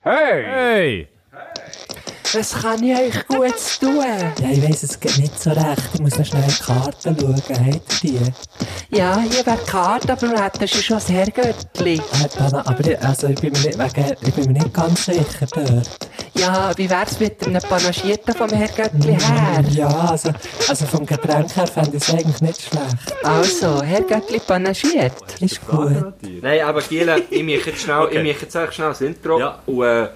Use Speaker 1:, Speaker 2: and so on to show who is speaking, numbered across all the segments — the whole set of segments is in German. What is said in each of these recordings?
Speaker 1: Hey!
Speaker 2: Hey!
Speaker 3: Es kann ja euch gut zu tun.
Speaker 4: Ja, ich weiss es geht nicht so recht. Ich muss noch schnell in die Karten schauen. Habt ihr die?
Speaker 3: Ja, hier wäre die Karte, aber das ist schon das Herrgöttli.
Speaker 4: Äh, Dana, aber ich, also ich, bin mir nicht, wegen, ich bin mir nicht ganz sicher dort.
Speaker 3: Ja, wie wär's mit einem Panagierten vom Herrgöttli her?
Speaker 4: Ja, also, also vom Getränk her fände ich es eigentlich nicht schlecht.
Speaker 3: Also, Herrgöttli panagiert.
Speaker 4: Ist gut.
Speaker 5: Nein, aber Giele, ich mache jetzt schnell, ich mache jetzt eigentlich schnell das Intro
Speaker 2: Ja.
Speaker 5: und, äh,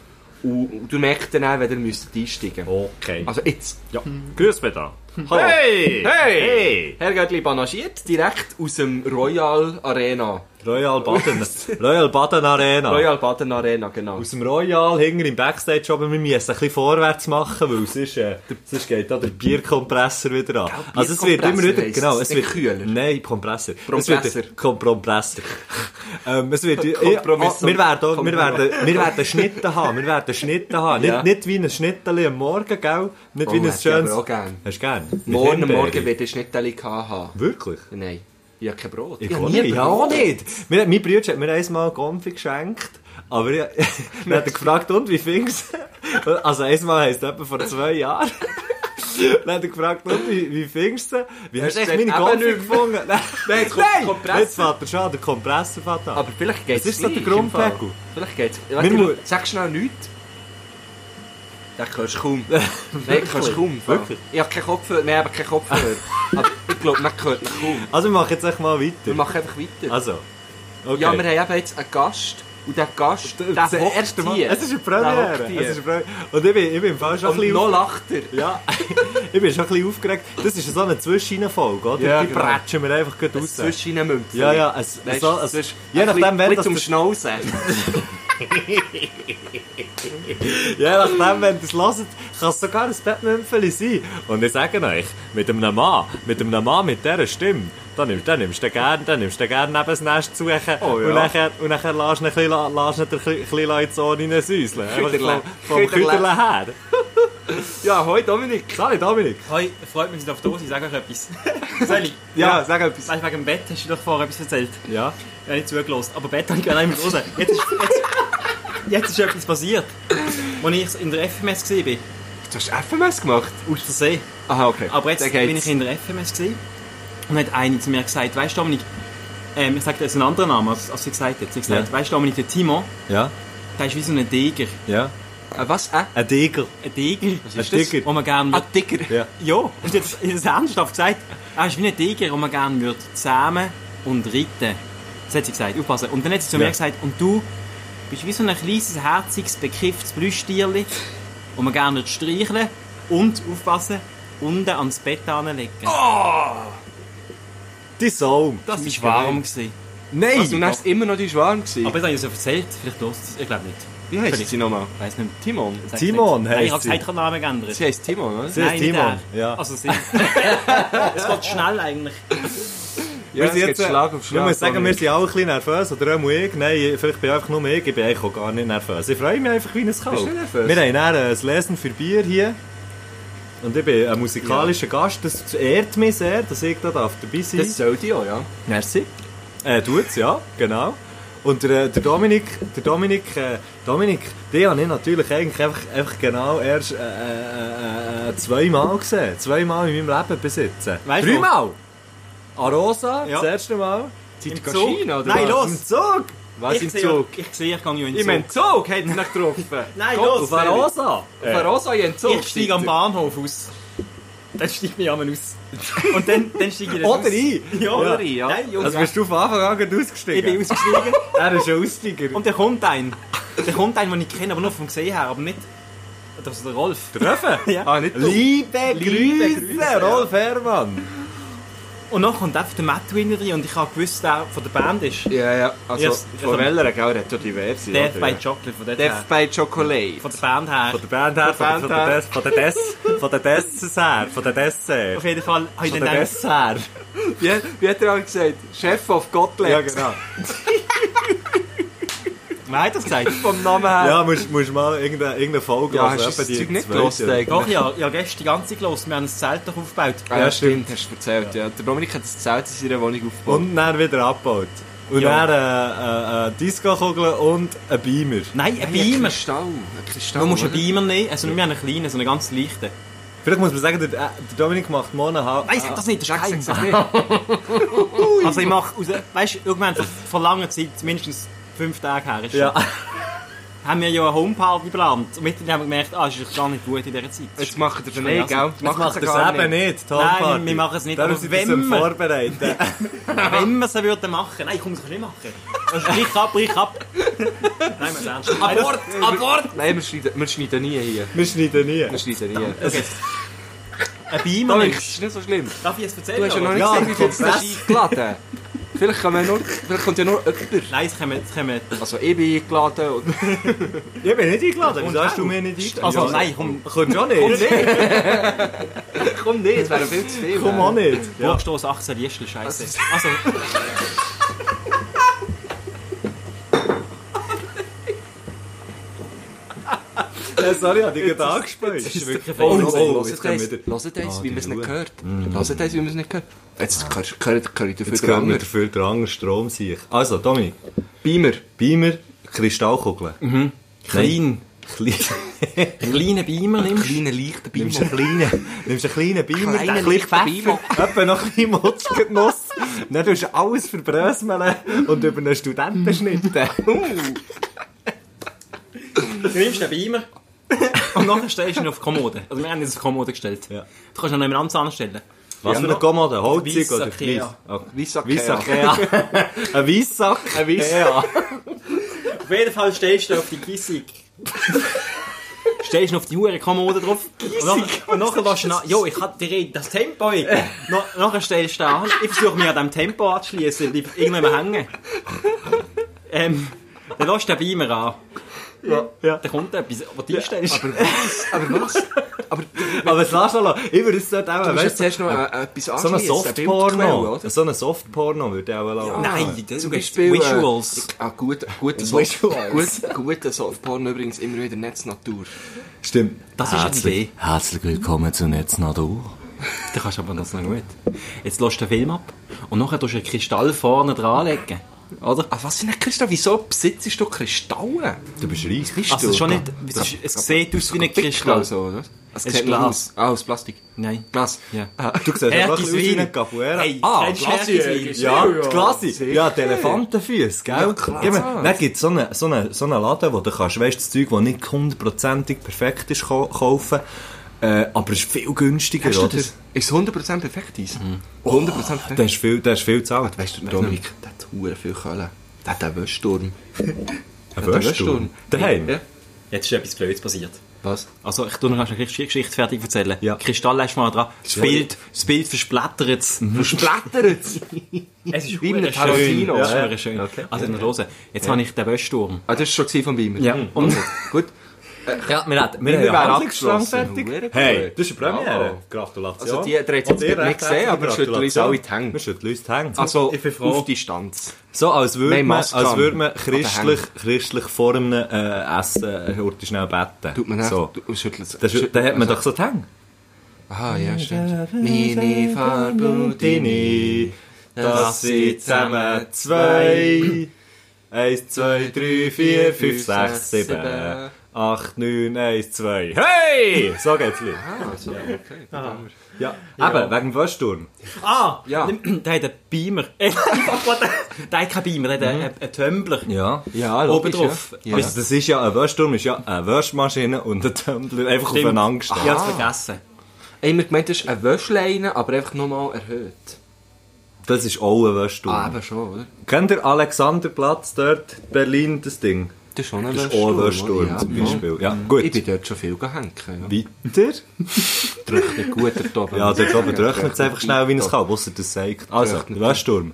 Speaker 5: und, und du merkst dann auch, wenn ihr müsst einsteigen
Speaker 2: Oh.
Speaker 5: müsst.
Speaker 2: Okay.
Speaker 5: Also jetzt.
Speaker 2: ja. Grüß mich da.
Speaker 5: Hallo.
Speaker 2: Hey!
Speaker 5: Hey! Herr Göttli banagiert, direkt aus dem Royal Arena.
Speaker 2: Royal Baden. Royal Baden Arena.
Speaker 5: Royal Baden Arena, genau.
Speaker 2: Ah. Aus dem Royal hinger im Backstage aber wir müssen ein bisschen vorwärts machen, weil sonst, äh, sonst geht da der Bierkompressor wieder an. also es wird immer wieder,
Speaker 5: Bierkompressor heisst
Speaker 2: genau,
Speaker 5: es,
Speaker 2: es
Speaker 5: nicht
Speaker 2: wird
Speaker 5: Kühler.
Speaker 2: Nein, Kompressor. Es
Speaker 5: Kompressor.
Speaker 2: wird, Kom Kompressor. ähm, es wird,
Speaker 5: Kompromiss
Speaker 2: Ah, wir werden, auch- wir
Speaker 5: Kompromiss.
Speaker 2: werden, wir werden Schnitte haben, wir werden Schnitte haben.
Speaker 5: Ja.
Speaker 2: Nicht, nicht wie ein Schnitteli am Morgen, gell? Nicht
Speaker 5: Oh,
Speaker 2: wie ein
Speaker 5: hätte ich aber
Speaker 2: schönes...
Speaker 5: auch gern.
Speaker 2: Hast du gern? Mit
Speaker 5: Morgen,
Speaker 2: Himbeere.
Speaker 5: morgen wird ich nicht alle haben.
Speaker 2: Wirklich?
Speaker 5: Nein, ich habe kein Brot.
Speaker 2: Ich
Speaker 5: hab
Speaker 2: kann
Speaker 5: nie
Speaker 2: nicht. Ja, auch nicht. Mir, mein Bruder hat mir einmal Konfi geschenkt, aber ich, dann hat er gefragt, und, wie fing's? Also einmal heisst etwa vor zwei Jahren. Dann hat er gefragt, und, wie, wie fing's denn? Wie hast du
Speaker 5: Hast du
Speaker 2: echt meine
Speaker 5: gesagt,
Speaker 2: Konfi
Speaker 5: eben nicht.
Speaker 2: gefunden? Nein,
Speaker 5: Nein, jetzt kommt der Kompressor.
Speaker 2: jetzt fährt er schon an, der Kompressor fährt an.
Speaker 5: Aber vielleicht geht es
Speaker 2: Was ist so der Grundpegel?
Speaker 5: Vielleicht geht es...
Speaker 2: mu-
Speaker 5: Sag schnell nichts. Den hörst du kaum. Nein, den hörst du kaum.
Speaker 2: Wirklich?
Speaker 5: Ich habe keinen Kopfhörer. Nein, aber keinen Kopfhörer. aber ich glaube, man hört ihn kaum.
Speaker 2: Also wir machen jetzt echt mal
Speaker 5: Wir
Speaker 2: weiter.
Speaker 5: machen einfach weiter.
Speaker 2: Also, okay.
Speaker 5: Ja, wir haben eben jetzt einen Gast. Und der Gast, der
Speaker 2: das
Speaker 5: hockt
Speaker 2: erste Mal.
Speaker 5: hier.
Speaker 2: Es ist eine
Speaker 5: Der
Speaker 2: Premiere.
Speaker 5: hockt hier.
Speaker 2: Es ist eine Premiere. Und ich bin, ich bin im Fall schon ein
Speaker 5: Und
Speaker 2: bisschen...
Speaker 5: noch lacht er.
Speaker 2: Ja, ich bin schon ein bisschen aufgeregt. Das ist so eine Zwischenfolge, oder?
Speaker 5: Ja,
Speaker 2: die
Speaker 5: genau.
Speaker 2: brätschen wir einfach gerade
Speaker 5: Ein
Speaker 2: raus.
Speaker 5: Zwischenmümpfen.
Speaker 2: Ja, ja, es,
Speaker 5: Weißt,
Speaker 2: so,
Speaker 5: es
Speaker 2: es,
Speaker 5: ist
Speaker 2: je nachdem, wenn das,
Speaker 5: zum Schnauzen.
Speaker 2: je nachdem, wenn das hört, kann es sogar ein Bettmümpfeli sein. Und ich sage euch, mit einem Mann, mit einem Mann mit dieser Stimme, dann nimmst, dann nimmst du den gerne, dann nimmst du den gerne neben das Nest suchen
Speaker 5: Oh, ja.
Speaker 2: und nachher, und nachher lässt du ihn ein bisschen, la- lässt ihn ein bisschen, ein bisschen ins Ohr reinsäuseln. Einfach
Speaker 5: Küderle.
Speaker 2: Vom, vom
Speaker 5: Küderle.
Speaker 2: Küderle her.
Speaker 5: ja, hoi Dominik.
Speaker 2: Sorry, Dominik.
Speaker 6: Hoi, freut mich, dass ihr auf der Dose, ich sage euch etwas. Sally,
Speaker 2: Ja, sag etwas.
Speaker 6: weißt du, wegen dem Bett hast du doch vorher etwas erzählt.
Speaker 2: Ja.
Speaker 6: Ich habe nicht zugelassen, aber Bett habe ich gar nicht mehr raus. Jetzt ist, jetzt, jetzt ist etwas passiert. Als ich in der FMS war,
Speaker 5: Du hast FMS gemacht?
Speaker 6: aus der See.
Speaker 5: Aha, okay.
Speaker 6: Aber jetzt
Speaker 5: Dann
Speaker 6: bin
Speaker 5: geht's.
Speaker 6: ich in der FMS gewesen. und hat eine zu mir gesagt, weißt du Dominik, ähm, ich sage jetzt einen anderen Namen, als, als sie gesagt hat. Sie hat gesagt,
Speaker 2: Ja.
Speaker 6: weißt du Dominik, der Timo,
Speaker 2: Ja.
Speaker 6: der ist wie so ein Deger.
Speaker 2: Ja.
Speaker 5: Äh, Was? Äh?
Speaker 2: Ein Digger.
Speaker 6: Ein Deger,
Speaker 2: Ein Digger.
Speaker 6: wo man gerne...
Speaker 5: Ah, Digger.
Speaker 2: Ja.
Speaker 6: Ja, und jetzt ist es ernsthaft gesagt. Er ist wie ein Tiger, den man gerne würde zähmen und reiten. Das hat sie gesagt, aufpassen. Und dann hat sie zu
Speaker 2: Ja.
Speaker 6: mir gesagt, und du bist wie so ein kleines, herziges, bekifftes Blüschtierli, das man gerne würde streicheln und, aufpassen, unten ans Bett anlegen.
Speaker 2: Die Sound.
Speaker 6: das ist warm. Gewesen.
Speaker 2: Nein!
Speaker 5: Also, du hast immer noch die Schwarm gewesen.
Speaker 6: Aber jetzt habe ich es ja erzählt, vielleicht los. Ich glaube nicht.
Speaker 5: wie heisst sie nochmal?
Speaker 6: Ich weiß nicht. mehr.
Speaker 5: Timon.
Speaker 6: Sag
Speaker 2: Timon
Speaker 6: nicht. Nein, ich
Speaker 2: heisst
Speaker 6: habe
Speaker 2: sie.
Speaker 6: gesagt, ich habe den Namen geändert.
Speaker 5: Sie heisst Timon, oder?
Speaker 2: Sie ist
Speaker 6: Nein, nicht
Speaker 2: Timon.
Speaker 6: er.
Speaker 2: Ja.
Speaker 6: Also sie. Es geht schnell eigentlich.
Speaker 5: Ja, es
Speaker 2: sind
Speaker 5: geht
Speaker 2: jetzt, äh,
Speaker 5: Schlag auf Schlag.
Speaker 2: Ich muss sagen, wir sind alle ein bisschen nervös, oder auch ich. Nein, vielleicht bin ich einfach nur ich, ich bin eigentlich auch gar nicht nervös. Ich freue mich einfach wie ein Kalb.
Speaker 5: Bist du nicht nervös?
Speaker 2: Wir haben dann äh, das Lesen für Bier hier. Und ich bin ein musikalischer Gast. Das ehrt mich sehr, dass ich da darf dabei sein
Speaker 5: Das soll die auch, ja.
Speaker 2: Merci. Äh, tut's, ja, genau. Und der, äh, der Dominik, der Dominik, äh, Dominik, den habe ich natürlich eigentlich einfach, einfach genau erst äh, äh, äh, zweimal gesehen. Zweimal in meinem Leben besitzen.
Speaker 6: Weißt du?
Speaker 2: Dreimal! Arosa,
Speaker 6: Ja.
Speaker 2: das erste Mal.
Speaker 5: Sind die
Speaker 6: Im Zug?
Speaker 5: Kaschinen, oder
Speaker 6: Nein,
Speaker 5: was?
Speaker 6: los.
Speaker 2: Im Zug!
Speaker 5: Was
Speaker 6: ich
Speaker 5: im
Speaker 6: sehe,
Speaker 5: Zug?
Speaker 6: Ich sehe, ich gehe ja in den
Speaker 5: Im
Speaker 6: Zug.
Speaker 5: Entzug hat sie nicht getroffen.
Speaker 6: Nein,
Speaker 5: Gott,
Speaker 6: los,
Speaker 5: Auf
Speaker 6: Sally.
Speaker 5: Arosa.
Speaker 2: Arosa!
Speaker 5: Auf Arosa in Entzug.
Speaker 6: Ich steige am Bahnhof aus. Dann steige ich einmal aus. Und dann, dann steige ich dann
Speaker 2: Oder
Speaker 6: aus.
Speaker 2: ich!
Speaker 6: Ja,
Speaker 5: Ja.
Speaker 6: oder ich, ja. Nein, Junge.
Speaker 2: Also bist du von Anfang an gerade
Speaker 6: ich bin
Speaker 2: ausgestiegen?
Speaker 6: ausgestiegen
Speaker 2: Er ist ein Aussteiger.
Speaker 6: und dann kommt ein. Dann kommt ein, den ich kenne, aber nur vom Sehen her, aber nicht... Das ist der Rolf.
Speaker 2: Treffen?
Speaker 6: Ja.
Speaker 5: Ah, nicht du.
Speaker 2: Liebe,
Speaker 6: Liebe
Speaker 2: Grüße,
Speaker 6: Grüße,
Speaker 2: Rolf Herrmann!
Speaker 6: Und dann kommt einfach der Matt Winner rein und ich habe gewusst, der von der Band ist.
Speaker 5: Ja, ja. Also,
Speaker 6: Yes.
Speaker 5: von welcher, gell? Der hat ja diverse.
Speaker 6: Death
Speaker 5: oder?
Speaker 6: by Chocolate, von, dort her.
Speaker 5: Death by Chocolate.
Speaker 6: von der Band her.
Speaker 2: Von der Band her, von,
Speaker 5: Von
Speaker 2: von,
Speaker 5: der Band
Speaker 2: der, Des- von der Des, von der Desses her, von der Dessert.
Speaker 6: Auf jeden Fall habe ich
Speaker 2: Von
Speaker 6: dann
Speaker 2: der
Speaker 6: gedacht,
Speaker 2: Dessert.
Speaker 5: Wie, wie hat er auch gesagt? Chef of Gottlet.
Speaker 2: Ja, genau.
Speaker 6: wer hat das gesagt?
Speaker 5: Vom Namen her.
Speaker 2: Ja, musst, musst mal irgendeine, irgendeine Folge
Speaker 5: Ja,
Speaker 2: hören,
Speaker 6: Also,
Speaker 5: hast du
Speaker 2: etwa
Speaker 5: das Zeug nicht
Speaker 2: zweite.
Speaker 5: gelassen
Speaker 6: Doch,
Speaker 5: eigentlich?
Speaker 6: ich habe, ich habe gestern die ganze gelesen. Wir haben ein Zelt doch aufgebaut.
Speaker 5: Ah,
Speaker 2: Ja,
Speaker 5: stimmt, hast du erzählt, ja. Der Dominik hat das Zelt in seiner Wohnung aufgebaut.
Speaker 2: Und dann wieder abgebaut. Und
Speaker 6: Ja.
Speaker 2: dann äh, äh, äh, Disco-Kugel und ein Beamer.
Speaker 6: Nein, ein
Speaker 5: Ein
Speaker 6: Beamer.
Speaker 5: Kristall. Ein Kristall.
Speaker 6: Du musst einen
Speaker 5: oder?
Speaker 6: Beamer nehmen. Also wir haben einen kleinen, so einen ganz leichten.
Speaker 2: Vielleicht muss man sagen, der, äh, der Dominik macht morgen halb.
Speaker 6: Nein, sag das nicht, das ist
Speaker 5: Sag-
Speaker 6: geheim.
Speaker 5: sag nicht.
Speaker 6: Also ich mache, aus, weißt du, irgendwann vor, vor langer Zeit, mindestens fünf Tage her, ist
Speaker 2: Ja,
Speaker 6: schon, haben wir ja eine Homeparty geplant. Und mittlerweile haben wir gemerkt, ah, das ist gar nicht gut in dieser Zeit.
Speaker 5: Jetzt macht er den
Speaker 6: Entschuldigung,
Speaker 5: nicht, gell?
Speaker 2: das macht
Speaker 5: er
Speaker 2: das
Speaker 5: gar
Speaker 2: eben nicht. die
Speaker 6: Nein,
Speaker 2: Homeparty.
Speaker 6: wir machen es nicht,
Speaker 2: Darum
Speaker 6: aber
Speaker 2: sind
Speaker 6: wenn
Speaker 2: wir es
Speaker 6: wir-
Speaker 2: vorbereiten.
Speaker 6: Wenn wir sie würden machen. Nein, komm, das kannst du nicht machen. Also, brich ab, brich ab. Nein, mein Ernst. Abort, abort!
Speaker 5: Nein, wir schneiden, wir schneiden nie hier.
Speaker 2: Wir schneiden nie.
Speaker 5: Wir schneiden nie.
Speaker 6: Okay. Ein Beamer
Speaker 5: Dominik,
Speaker 6: nimmst.
Speaker 5: ist nicht so schlimm.
Speaker 6: Darf ich es erzählen?
Speaker 5: Du hast ja noch
Speaker 6: oder?
Speaker 5: nicht
Speaker 2: Ja,
Speaker 5: gesehen, wie viel du
Speaker 2: Kongress.
Speaker 5: hast eingeladen Vielleicht, kann man nur, vielleicht kommt ja nur jemand.
Speaker 6: Nein, es kommen, es kommen...
Speaker 5: Also ich bin eingeladen und...
Speaker 2: Ich bin nicht eingeladen. Wieso
Speaker 6: Und
Speaker 2: hast du
Speaker 6: auch.
Speaker 2: mir nicht eingeladen?
Speaker 6: Also,
Speaker 2: Ja.
Speaker 6: nein, komm.
Speaker 2: Kommst du auch nicht?
Speaker 5: Komm nicht, es wäre viel zu viel.
Speaker 2: Komm auch nicht. Ja.
Speaker 6: Vorstoß 18 Liestl, scheiße. Also...
Speaker 2: Äh, Sorry, ich habe dich gerade angespielt.
Speaker 6: Das ist wirklich
Speaker 5: Oh,
Speaker 6: ein
Speaker 5: oh,
Speaker 2: oh,
Speaker 5: oh,
Speaker 2: jetzt
Speaker 5: hört
Speaker 2: kommen
Speaker 5: eins,
Speaker 2: wieder-
Speaker 5: hört eins,
Speaker 2: Ah,
Speaker 5: wie
Speaker 2: die
Speaker 5: wir es nicht
Speaker 2: Ruhe.
Speaker 5: gehört.
Speaker 2: Mm.
Speaker 5: Hört eins, wie wir es nicht gehört.
Speaker 2: Ah.
Speaker 5: Jetzt gehört gehört- gehört dafür
Speaker 2: Jetzt gehen wir
Speaker 5: dran.
Speaker 2: dafür dran, Strom sich. Also, Dominik.
Speaker 5: Beamer.
Speaker 2: Beamer, Kristallkugeln.
Speaker 6: Klein.
Speaker 2: Mhm. Klein.
Speaker 6: Kleinen Beamer nimmst.
Speaker 5: Kleiner, leichter
Speaker 2: Nimmst einen
Speaker 5: Beamer.
Speaker 2: kleinen, nimmst einen kleinen Beamer,
Speaker 5: Kleiner,
Speaker 2: den kleinen
Speaker 5: leichter
Speaker 2: Pfeffer, etwa noch ein bisschen Motzgenuss. Dann tust du alles verbröseln und über einen Studenten schnitzen.
Speaker 6: Du nimmst den Beamer. Und nachher stellst du ihn auf die Kommode. Also, wir haben ihn jetzt auf die Kommode gestellt.
Speaker 2: Ja.
Speaker 6: Du kannst ihn noch jemand anderes anstellen.
Speaker 2: Was für eine Kommode? Holzig
Speaker 6: Weisser
Speaker 2: oder Kies?
Speaker 6: Kea.
Speaker 5: Weisser Kea.
Speaker 2: Weisser Kea. Ein Weissack. Ein Weissack.
Speaker 6: Auf jeden Fall stellst du auf die Gissig. stellst du auf die hure Kommode drauf. Und nachher- Und nachher lässt du nach. Jo, ich hab die Rede, das Tempo. ey. Na, nachher stellst du an. Ich versuche mich an diesem Tempo anzuschließen. Bleib irgendwann hängen. Ähm, dann lässt du den Beamer an.
Speaker 2: Ja.
Speaker 6: Dann kommt etwas, was du einstellst.
Speaker 5: Aber was? Aber was? Aber du
Speaker 2: Aber es lass mal. Ich würde es dort auch,
Speaker 5: musst jetzt
Speaker 2: weißt du,
Speaker 5: zuerst noch äh, etwas
Speaker 2: so einen
Speaker 5: anschliessen.
Speaker 2: Softporno.
Speaker 5: oder?
Speaker 2: So einen Softporno würde ich auch lassen.
Speaker 6: Nein, das
Speaker 5: Zum
Speaker 6: ist
Speaker 5: Beispiel, äh,
Speaker 6: Visuals.
Speaker 5: Ah, gut, guter Soft,
Speaker 2: Visuals.
Speaker 5: gut, guter Softporn übrigens immer wieder Netz Natur.
Speaker 2: Stimmt.
Speaker 6: Das ist eine Idee.
Speaker 2: herzlich willkommen zu Netznadur.
Speaker 6: Da kannst du aber das noch gut. Jetzt lässt du den Film ab. Und nachher tust du einen Kristall vorne dran legen. Oder?
Speaker 5: Ah, was sind denn Kristall? Wieso besitzt du Kristalle?
Speaker 2: Du bist reich.
Speaker 5: Bist
Speaker 6: Also,
Speaker 5: du?
Speaker 6: schon nicht. Es, ist- es sieht aus wie ein Kristall.
Speaker 5: Also, oder? Es
Speaker 6: ist
Speaker 5: sieht nur
Speaker 6: Glas.
Speaker 5: aus. Ah, aus Plastik.
Speaker 6: Nein.
Speaker 5: Glas.
Speaker 6: Ja.
Speaker 5: Ah,
Speaker 2: Du siehst einfach ein bisschen aus wie ein Capoeira.
Speaker 6: Hey,
Speaker 2: ah,
Speaker 6: kennst du
Speaker 2: Glassi.
Speaker 6: Herkiswil?
Speaker 2: Ja, Glassi. Ja, die Elefantenfüße, gell? Ja,
Speaker 5: klar.
Speaker 2: dann gibt es so einen so eine, so eine Laden, wo du kannst, weißt, das Zeug, das nicht hundertprozentig perfekt ist, ko- kaufen. Äh, aber es ist viel günstiger,
Speaker 5: Hast du
Speaker 2: oder?
Speaker 5: das? Ist 100% perfekt Eis? 100% perfekt.
Speaker 2: Der ist viel, der ist viel zu alt.
Speaker 5: Weißt du, Dominik, der hat hure viel Kohle. Der hat einen Wäschsturm.
Speaker 2: Ein
Speaker 5: Der hat einen
Speaker 2: Wöschturm. Daheim?
Speaker 5: Ja.
Speaker 6: Jetzt ist etwas Blödes passiert.
Speaker 5: Was?
Speaker 6: Also, ich tu noch eine Geschichte Geschichte fertig erzählen.
Speaker 2: Ja.
Speaker 6: Kristall lässt mal dran. Das Bild, das Bild versplattert es.
Speaker 5: Splattert's!
Speaker 6: Es ist
Speaker 5: Wie in
Speaker 6: verdammt
Speaker 5: einem
Speaker 6: schön.
Speaker 5: Tarantino.
Speaker 6: Ja,
Speaker 5: Ja,
Speaker 6: ja. schön. Also, noch hören. Jetzt habe ich den Wäschsturm.
Speaker 5: Ah, das war schon von Beamer. Mhm.
Speaker 6: Und,
Speaker 5: Gut.
Speaker 6: ja, wir hatten,
Speaker 2: Wir
Speaker 6: wir
Speaker 2: haben
Speaker 6: haben
Speaker 2: einen
Speaker 5: wären
Speaker 2: Handlungsstrang
Speaker 5: abgeschlossen.
Speaker 2: fertig.
Speaker 5: Hure
Speaker 2: eh, Hey,
Speaker 5: cool.
Speaker 2: das ist eine Premiere.
Speaker 5: Wow.
Speaker 2: Gratulation.
Speaker 5: Also die drei hat's
Speaker 2: Und ihr
Speaker 5: jetzt nicht
Speaker 2: recht
Speaker 5: gesehen,
Speaker 2: herzliche
Speaker 5: aber wir schütteln uns alle die
Speaker 2: Gratulation.
Speaker 5: Hände.
Speaker 2: Wir schütteln uns die Hände.
Speaker 5: Also,
Speaker 6: Ich bin froh.
Speaker 5: auf Distanz.
Speaker 2: So, als würde
Speaker 5: Nein,
Speaker 2: man,
Speaker 5: Maske
Speaker 2: als
Speaker 5: an.
Speaker 2: würde man
Speaker 5: An den
Speaker 2: christlich, christlich vor einem äh, Essen äh, hurtig schnell beten.
Speaker 5: Tut man nicht.
Speaker 2: so.
Speaker 5: Du- schüttelt's-
Speaker 2: Das,
Speaker 5: schüt-
Speaker 2: dann hat man doch so die Hände.
Speaker 5: Ah, ja, stimmt. Meine Farbroutine.
Speaker 2: Dini, das sind zusammen zwei. Eins, zwei, drei, vier, fünf, sechs, sieben, acht, neun, eins, zwei. Hey! So geht's los.
Speaker 5: Ah, so, okay.
Speaker 2: Ja. Eben, wegen dem Wöschturm.
Speaker 6: ah,
Speaker 5: Ja.
Speaker 6: der hat einen Beamer. der hat keinen Beamer, der hat einen, einen- einen Tumbler.
Speaker 2: Ja.
Speaker 5: Ja,
Speaker 6: Oben
Speaker 5: logisch,
Speaker 6: drauf.
Speaker 5: Ja. Ja.
Speaker 2: Also, das ist ja, ein Wöschturm ist ja eine Wäschmaschine und ein Tumbler einfach
Speaker 6: Stimmt.
Speaker 2: aufeinander
Speaker 6: Ich
Speaker 2: gestellt.
Speaker 6: hab's vergessen.
Speaker 2: Ah.
Speaker 5: Ich habe gemeint, das ist eine Wäschleine, aber einfach nochmal erhöht.
Speaker 2: Das ist auch ein Wöschturm.
Speaker 5: Ah, eben schon, oder?
Speaker 2: Kennt ihr Alexanderplatz dort, Berlin, das Ding?
Speaker 5: Das ist schon ein
Speaker 2: Das ist auch ein Wöschturm
Speaker 5: oder?
Speaker 2: zum
Speaker 5: Ja.
Speaker 2: Beispiel. Ja,
Speaker 5: Ich
Speaker 2: gut.
Speaker 5: bin dort schon viel gehängt. Ja.
Speaker 2: Weiter.
Speaker 5: Drückt gut dort oben.
Speaker 2: Ja, dort oben trocknet es einfach schnell wie ein Kalb, ausser das sagt. Also,
Speaker 5: Trocknet.
Speaker 2: der Wöschturm.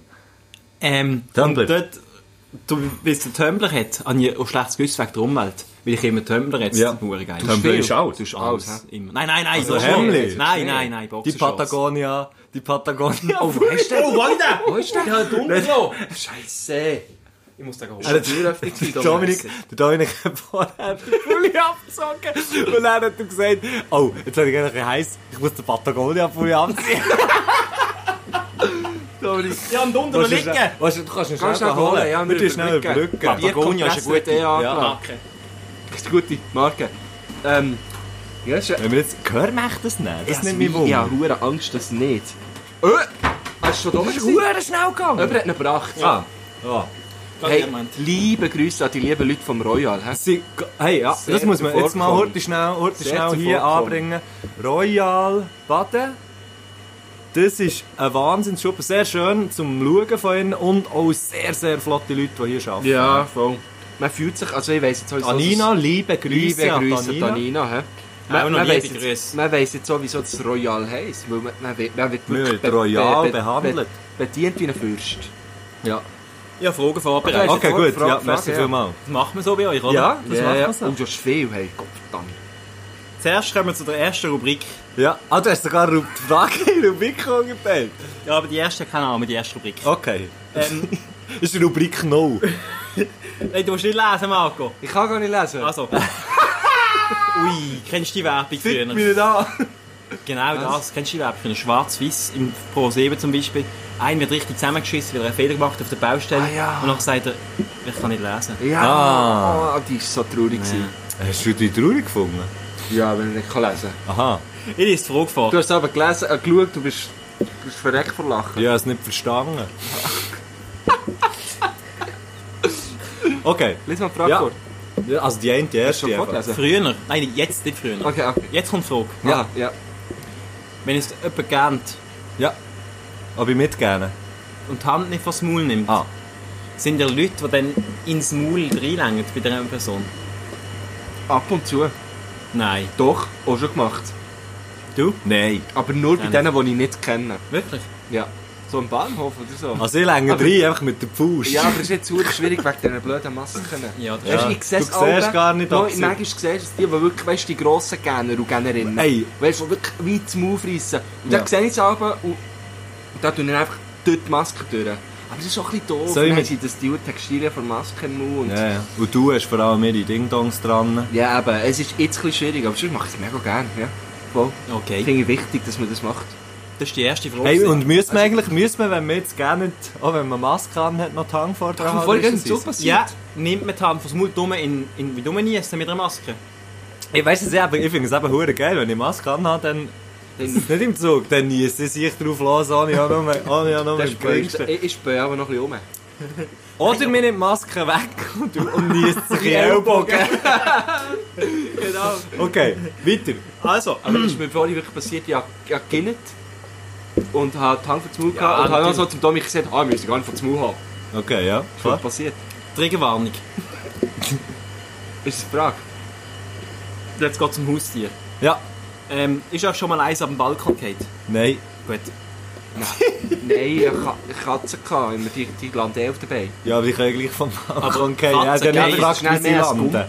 Speaker 6: Ähm,
Speaker 2: Tumblr.
Speaker 6: Und dort, du, weil es den Tumblr hat, habe ich auch schlechtes Gewissen wegen der Umwelt. Weil ich immer Tumblr jetzt
Speaker 2: Ja.
Speaker 6: nur geil.
Speaker 2: Tumblr
Speaker 5: viel.
Speaker 2: ist alt.
Speaker 5: Du bist
Speaker 6: Alles.
Speaker 5: alles. hä?
Speaker 6: Immer. Nein, nein, nein.
Speaker 2: Also
Speaker 6: das ist
Speaker 2: Hemli.
Speaker 6: nicht. Nein, nein, nein.
Speaker 2: Die
Speaker 6: Boxershorts.
Speaker 2: Patagonia. Die Patagonia.
Speaker 5: Oh, wo ist der?
Speaker 6: Oh, Wanda!
Speaker 5: Wo ist der?
Speaker 6: Ja, dunkel!
Speaker 5: Scheisse.
Speaker 6: Ich muss da gehen.
Speaker 5: Er hat Türöffnung
Speaker 2: Der Dominik, der Dominik hat vorher den Pulli abgezogen und dann hat er gesagt, oh, jetzt habe ich eigentlich heiß, ich muss den Patagonia-Pulli abziehen. Dominik.
Speaker 6: Ja, und unten
Speaker 2: Was ist-
Speaker 6: liegen.
Speaker 2: was ist- Du kannst ihn
Speaker 5: Kannst
Speaker 2: schnell
Speaker 5: schnell holen,
Speaker 2: holen.
Speaker 5: ja,
Speaker 2: Wir
Speaker 5: wir
Speaker 2: tun schnell
Speaker 5: überbrücken.
Speaker 2: überbrücken.
Speaker 5: Ja, Patagonia ist eine gute
Speaker 2: nou Ja.
Speaker 5: Anlage.
Speaker 6: Danke.
Speaker 5: Das ist eine gute Marke. Ähm, ja, das ist
Speaker 2: Wenn wir jetzt hören, möchte das nicht. Das nimmt mich
Speaker 5: Ich
Speaker 2: wunder.
Speaker 5: habe hure Angst, dass nicht. Öh! Hast du schon da gewesen?
Speaker 2: Huere schnell gegangen.
Speaker 5: Jemand hat ihn gebracht.
Speaker 2: Ah. Ja.
Speaker 5: Hey,
Speaker 6: Moment.
Speaker 5: liebe Grüße an die lieben Leute vom Royal. hä?
Speaker 2: Sie, hey, ja,
Speaker 5: Sehr
Speaker 2: das muss man jetzt mal
Speaker 5: zuvorkommend.
Speaker 2: heute schnell, heute
Speaker 5: Sehr
Speaker 2: schnell hier
Speaker 5: zuvorkommend.
Speaker 2: anbringen. Royal Baden. Das ist ein Wahnsinnsschuppen. Sehr schön zum Schauen von ihnen und auch sehr, sehr flotte Leute, die hier arbeiten.
Speaker 5: Ja, voll. Man fühlt sich, also ich weiss jetzt sowieso...
Speaker 2: Anina, liebe Grüße,
Speaker 5: liebe
Speaker 2: an
Speaker 5: Grüße an
Speaker 2: Anina.
Speaker 5: Anina. hä?
Speaker 6: Auch noch
Speaker 5: weiss
Speaker 6: liebe
Speaker 5: jetzt-
Speaker 6: Grüße.
Speaker 5: Man weiss jetzt sowieso, dass Royal heisst. Weil man, man, wird, man wird
Speaker 2: Man
Speaker 5: wirklich
Speaker 2: wird royal behandelt.
Speaker 5: Be, bedient wie ein Fürst.
Speaker 2: Ja.
Speaker 6: Ja, Fragen vorbereitet.
Speaker 5: Okay.
Speaker 2: Okay,
Speaker 5: Frage,
Speaker 2: gut. Ja,
Speaker 5: Frage,
Speaker 2: merci
Speaker 5: ja.
Speaker 2: vielmals.
Speaker 6: Das machen wir so bei euch, oder?
Speaker 2: Ja. Das macht man so.
Speaker 5: Und das ist viel, hey, Gott verdammt.
Speaker 6: Zuerst kommen wir zu der ersten Rubrik.
Speaker 2: Ja, ah, du hast sogar Ru- die Frage in Rubrik angepeilt.
Speaker 6: Ja, aber die erste keine Ahnung, die erste Rubrik.
Speaker 2: Okay.
Speaker 6: Ähm,
Speaker 2: Das ist Rubrik No.
Speaker 6: hey, du musst nicht lesen, Marco.
Speaker 5: Ich kann gar nicht lesen.
Speaker 6: Also. Ui, kennst du die Werbung
Speaker 2: Fick
Speaker 6: früher?
Speaker 2: mich nicht an.
Speaker 6: Genau das. Kennst du die Werbung für einen schwarz-weiß im Pro 7 zum Beispiel? Einer wird richtig zusammengeschissen, weil er einen Fehler gemacht hat auf der Baustelle.
Speaker 5: Ah, ja.
Speaker 6: Und dann sagt er, ich kann nicht lesen.
Speaker 5: Ja,
Speaker 2: Ah.
Speaker 5: ah, die ist so traurig. gewesen.
Speaker 2: Hast du dich traurig gefunden?
Speaker 5: Ja, wenn ich nicht kann lesen
Speaker 2: Aha.
Speaker 6: Ich lese die Frage vor.
Speaker 5: Du hast aber gelesen, äh, geschaut, du bist, du bist verreckt vor Lachen.
Speaker 2: Ich habe es nicht verstanden. Okay.
Speaker 5: Lies mal die Frage
Speaker 2: Ja.
Speaker 5: vor.
Speaker 2: Ja, Also die eine, die erste.
Speaker 5: Schon
Speaker 2: einfach.
Speaker 5: vorgelesen?
Speaker 6: Früher. Nein, jetzt nicht früher.
Speaker 5: Okay, okay.
Speaker 6: Jetzt kommt die Frage.
Speaker 5: Ja, ja.
Speaker 6: Wenn es jemand kennt
Speaker 2: Ja. Ob ich mitgehen?
Speaker 6: und die Hand nicht vors Maul nimmt,
Speaker 2: Ah.
Speaker 6: sind ja Leute, die dann ins Maul reinlängen bei dieser Person.
Speaker 5: Ab und zu.
Speaker 6: Nein.
Speaker 5: Doch, auch schon gemacht.
Speaker 2: Du? Nein.
Speaker 5: Aber nur bei
Speaker 6: Ja,
Speaker 5: denen, die ich nicht kenne.
Speaker 6: Wirklich?
Speaker 5: Ja. So im Bahnhof oder so.
Speaker 2: Also ich länge
Speaker 5: Aber-
Speaker 2: drei, einfach mit der Faust.
Speaker 5: Ja, aber es ist jetzt super schwierig wegen dieser blöden Masken.
Speaker 6: Ja, das
Speaker 5: Weisst
Speaker 2: Ja.
Speaker 5: ich sehe es
Speaker 2: Du siehst gar nicht, ob
Speaker 5: Nein,
Speaker 2: sie-
Speaker 5: manchmal siehst du es, die, die wirklich, weißt, du, die grossen Gäner und Gänerinnen.
Speaker 2: Ey.
Speaker 5: Weißt du, die wirklich weit zum Aufreissen. Und
Speaker 2: Ja.
Speaker 5: dann sehe ich es aber und, und dann tue ich einfach dort die Maske durch. Aber das ist auch ein bisschen doof.
Speaker 2: Soll ich
Speaker 5: Dann
Speaker 2: mit-
Speaker 5: sind das die Textilien von Masken im Mund.
Speaker 2: Ja, ja. Und du hast vor allem ihre Ding-Dongs dran.
Speaker 5: Ja, eben, es ist jetzt ein bisschen schwierig, aber sonst mache ich es mega gerne. Ja. Voll. Ich
Speaker 6: Okay.
Speaker 5: finde es wichtig, dass man das dus macht.
Speaker 2: Oh,
Speaker 6: Das ist die erste Frage.
Speaker 2: Hey, und müssen wir eigentlich, müssen wir, wenn wir jetzt gerne nicht, auch wenn man Maske an hat, noch die Hand vor dran
Speaker 5: Ach,
Speaker 2: haben,
Speaker 5: voll
Speaker 2: ist
Speaker 5: gegen
Speaker 2: es
Speaker 5: den Zug
Speaker 2: so.
Speaker 5: passiert.
Speaker 6: ja, nimmt man die Hand vors Maul dumm in, in, wie dumm niest mit einer Maske.
Speaker 2: Ich weiss es ja, aber ich finde es eben hure geil, wenn ich Maske anhabe, dann... Nicht im Zug, dann niesse ich sich drauf los, ohne ja noch mehr, ohne ja noch mehr
Speaker 5: Das ist
Speaker 2: Geringsten.
Speaker 5: Ich, ich spähe aber noch ein bisschen um.
Speaker 2: Oder mir nimmt die Maske weg und, du- und niesst sich in den Ellbogen.
Speaker 5: Genau.
Speaker 2: Okay, weiter.
Speaker 6: Also,
Speaker 5: Aber das ist mir vorhin wirklich passiert, ich habe ich habe gegessen und habe die Hand vor den Mund gehabt und habe
Speaker 6: natürlich.
Speaker 5: dann so zum Dominik gesagt, ah, wir müssen gar nicht vor den Mund haben.
Speaker 2: Okay, ja,
Speaker 5: Das ist
Speaker 2: klar.
Speaker 5: was passiert.
Speaker 6: Triggerwarnung.
Speaker 5: Ist das die Frage?
Speaker 6: Jetzt geht's zum Haustier.
Speaker 2: Ja,
Speaker 6: Ähm, ist auch schon mal eins auf dem Balkon gefallen?
Speaker 2: nein.
Speaker 6: Gut.
Speaker 5: Nein, ich hatte eine Katze, gehabt, immer die, die landen auf dabei.
Speaker 2: Ja, aber ich kann gleich vom Balkon
Speaker 6: Katze,
Speaker 2: fallen. Ja,
Speaker 6: gell,
Speaker 2: dann nicht
Speaker 6: ist
Speaker 2: fragst, wie sie landen.
Speaker 5: Gumpen.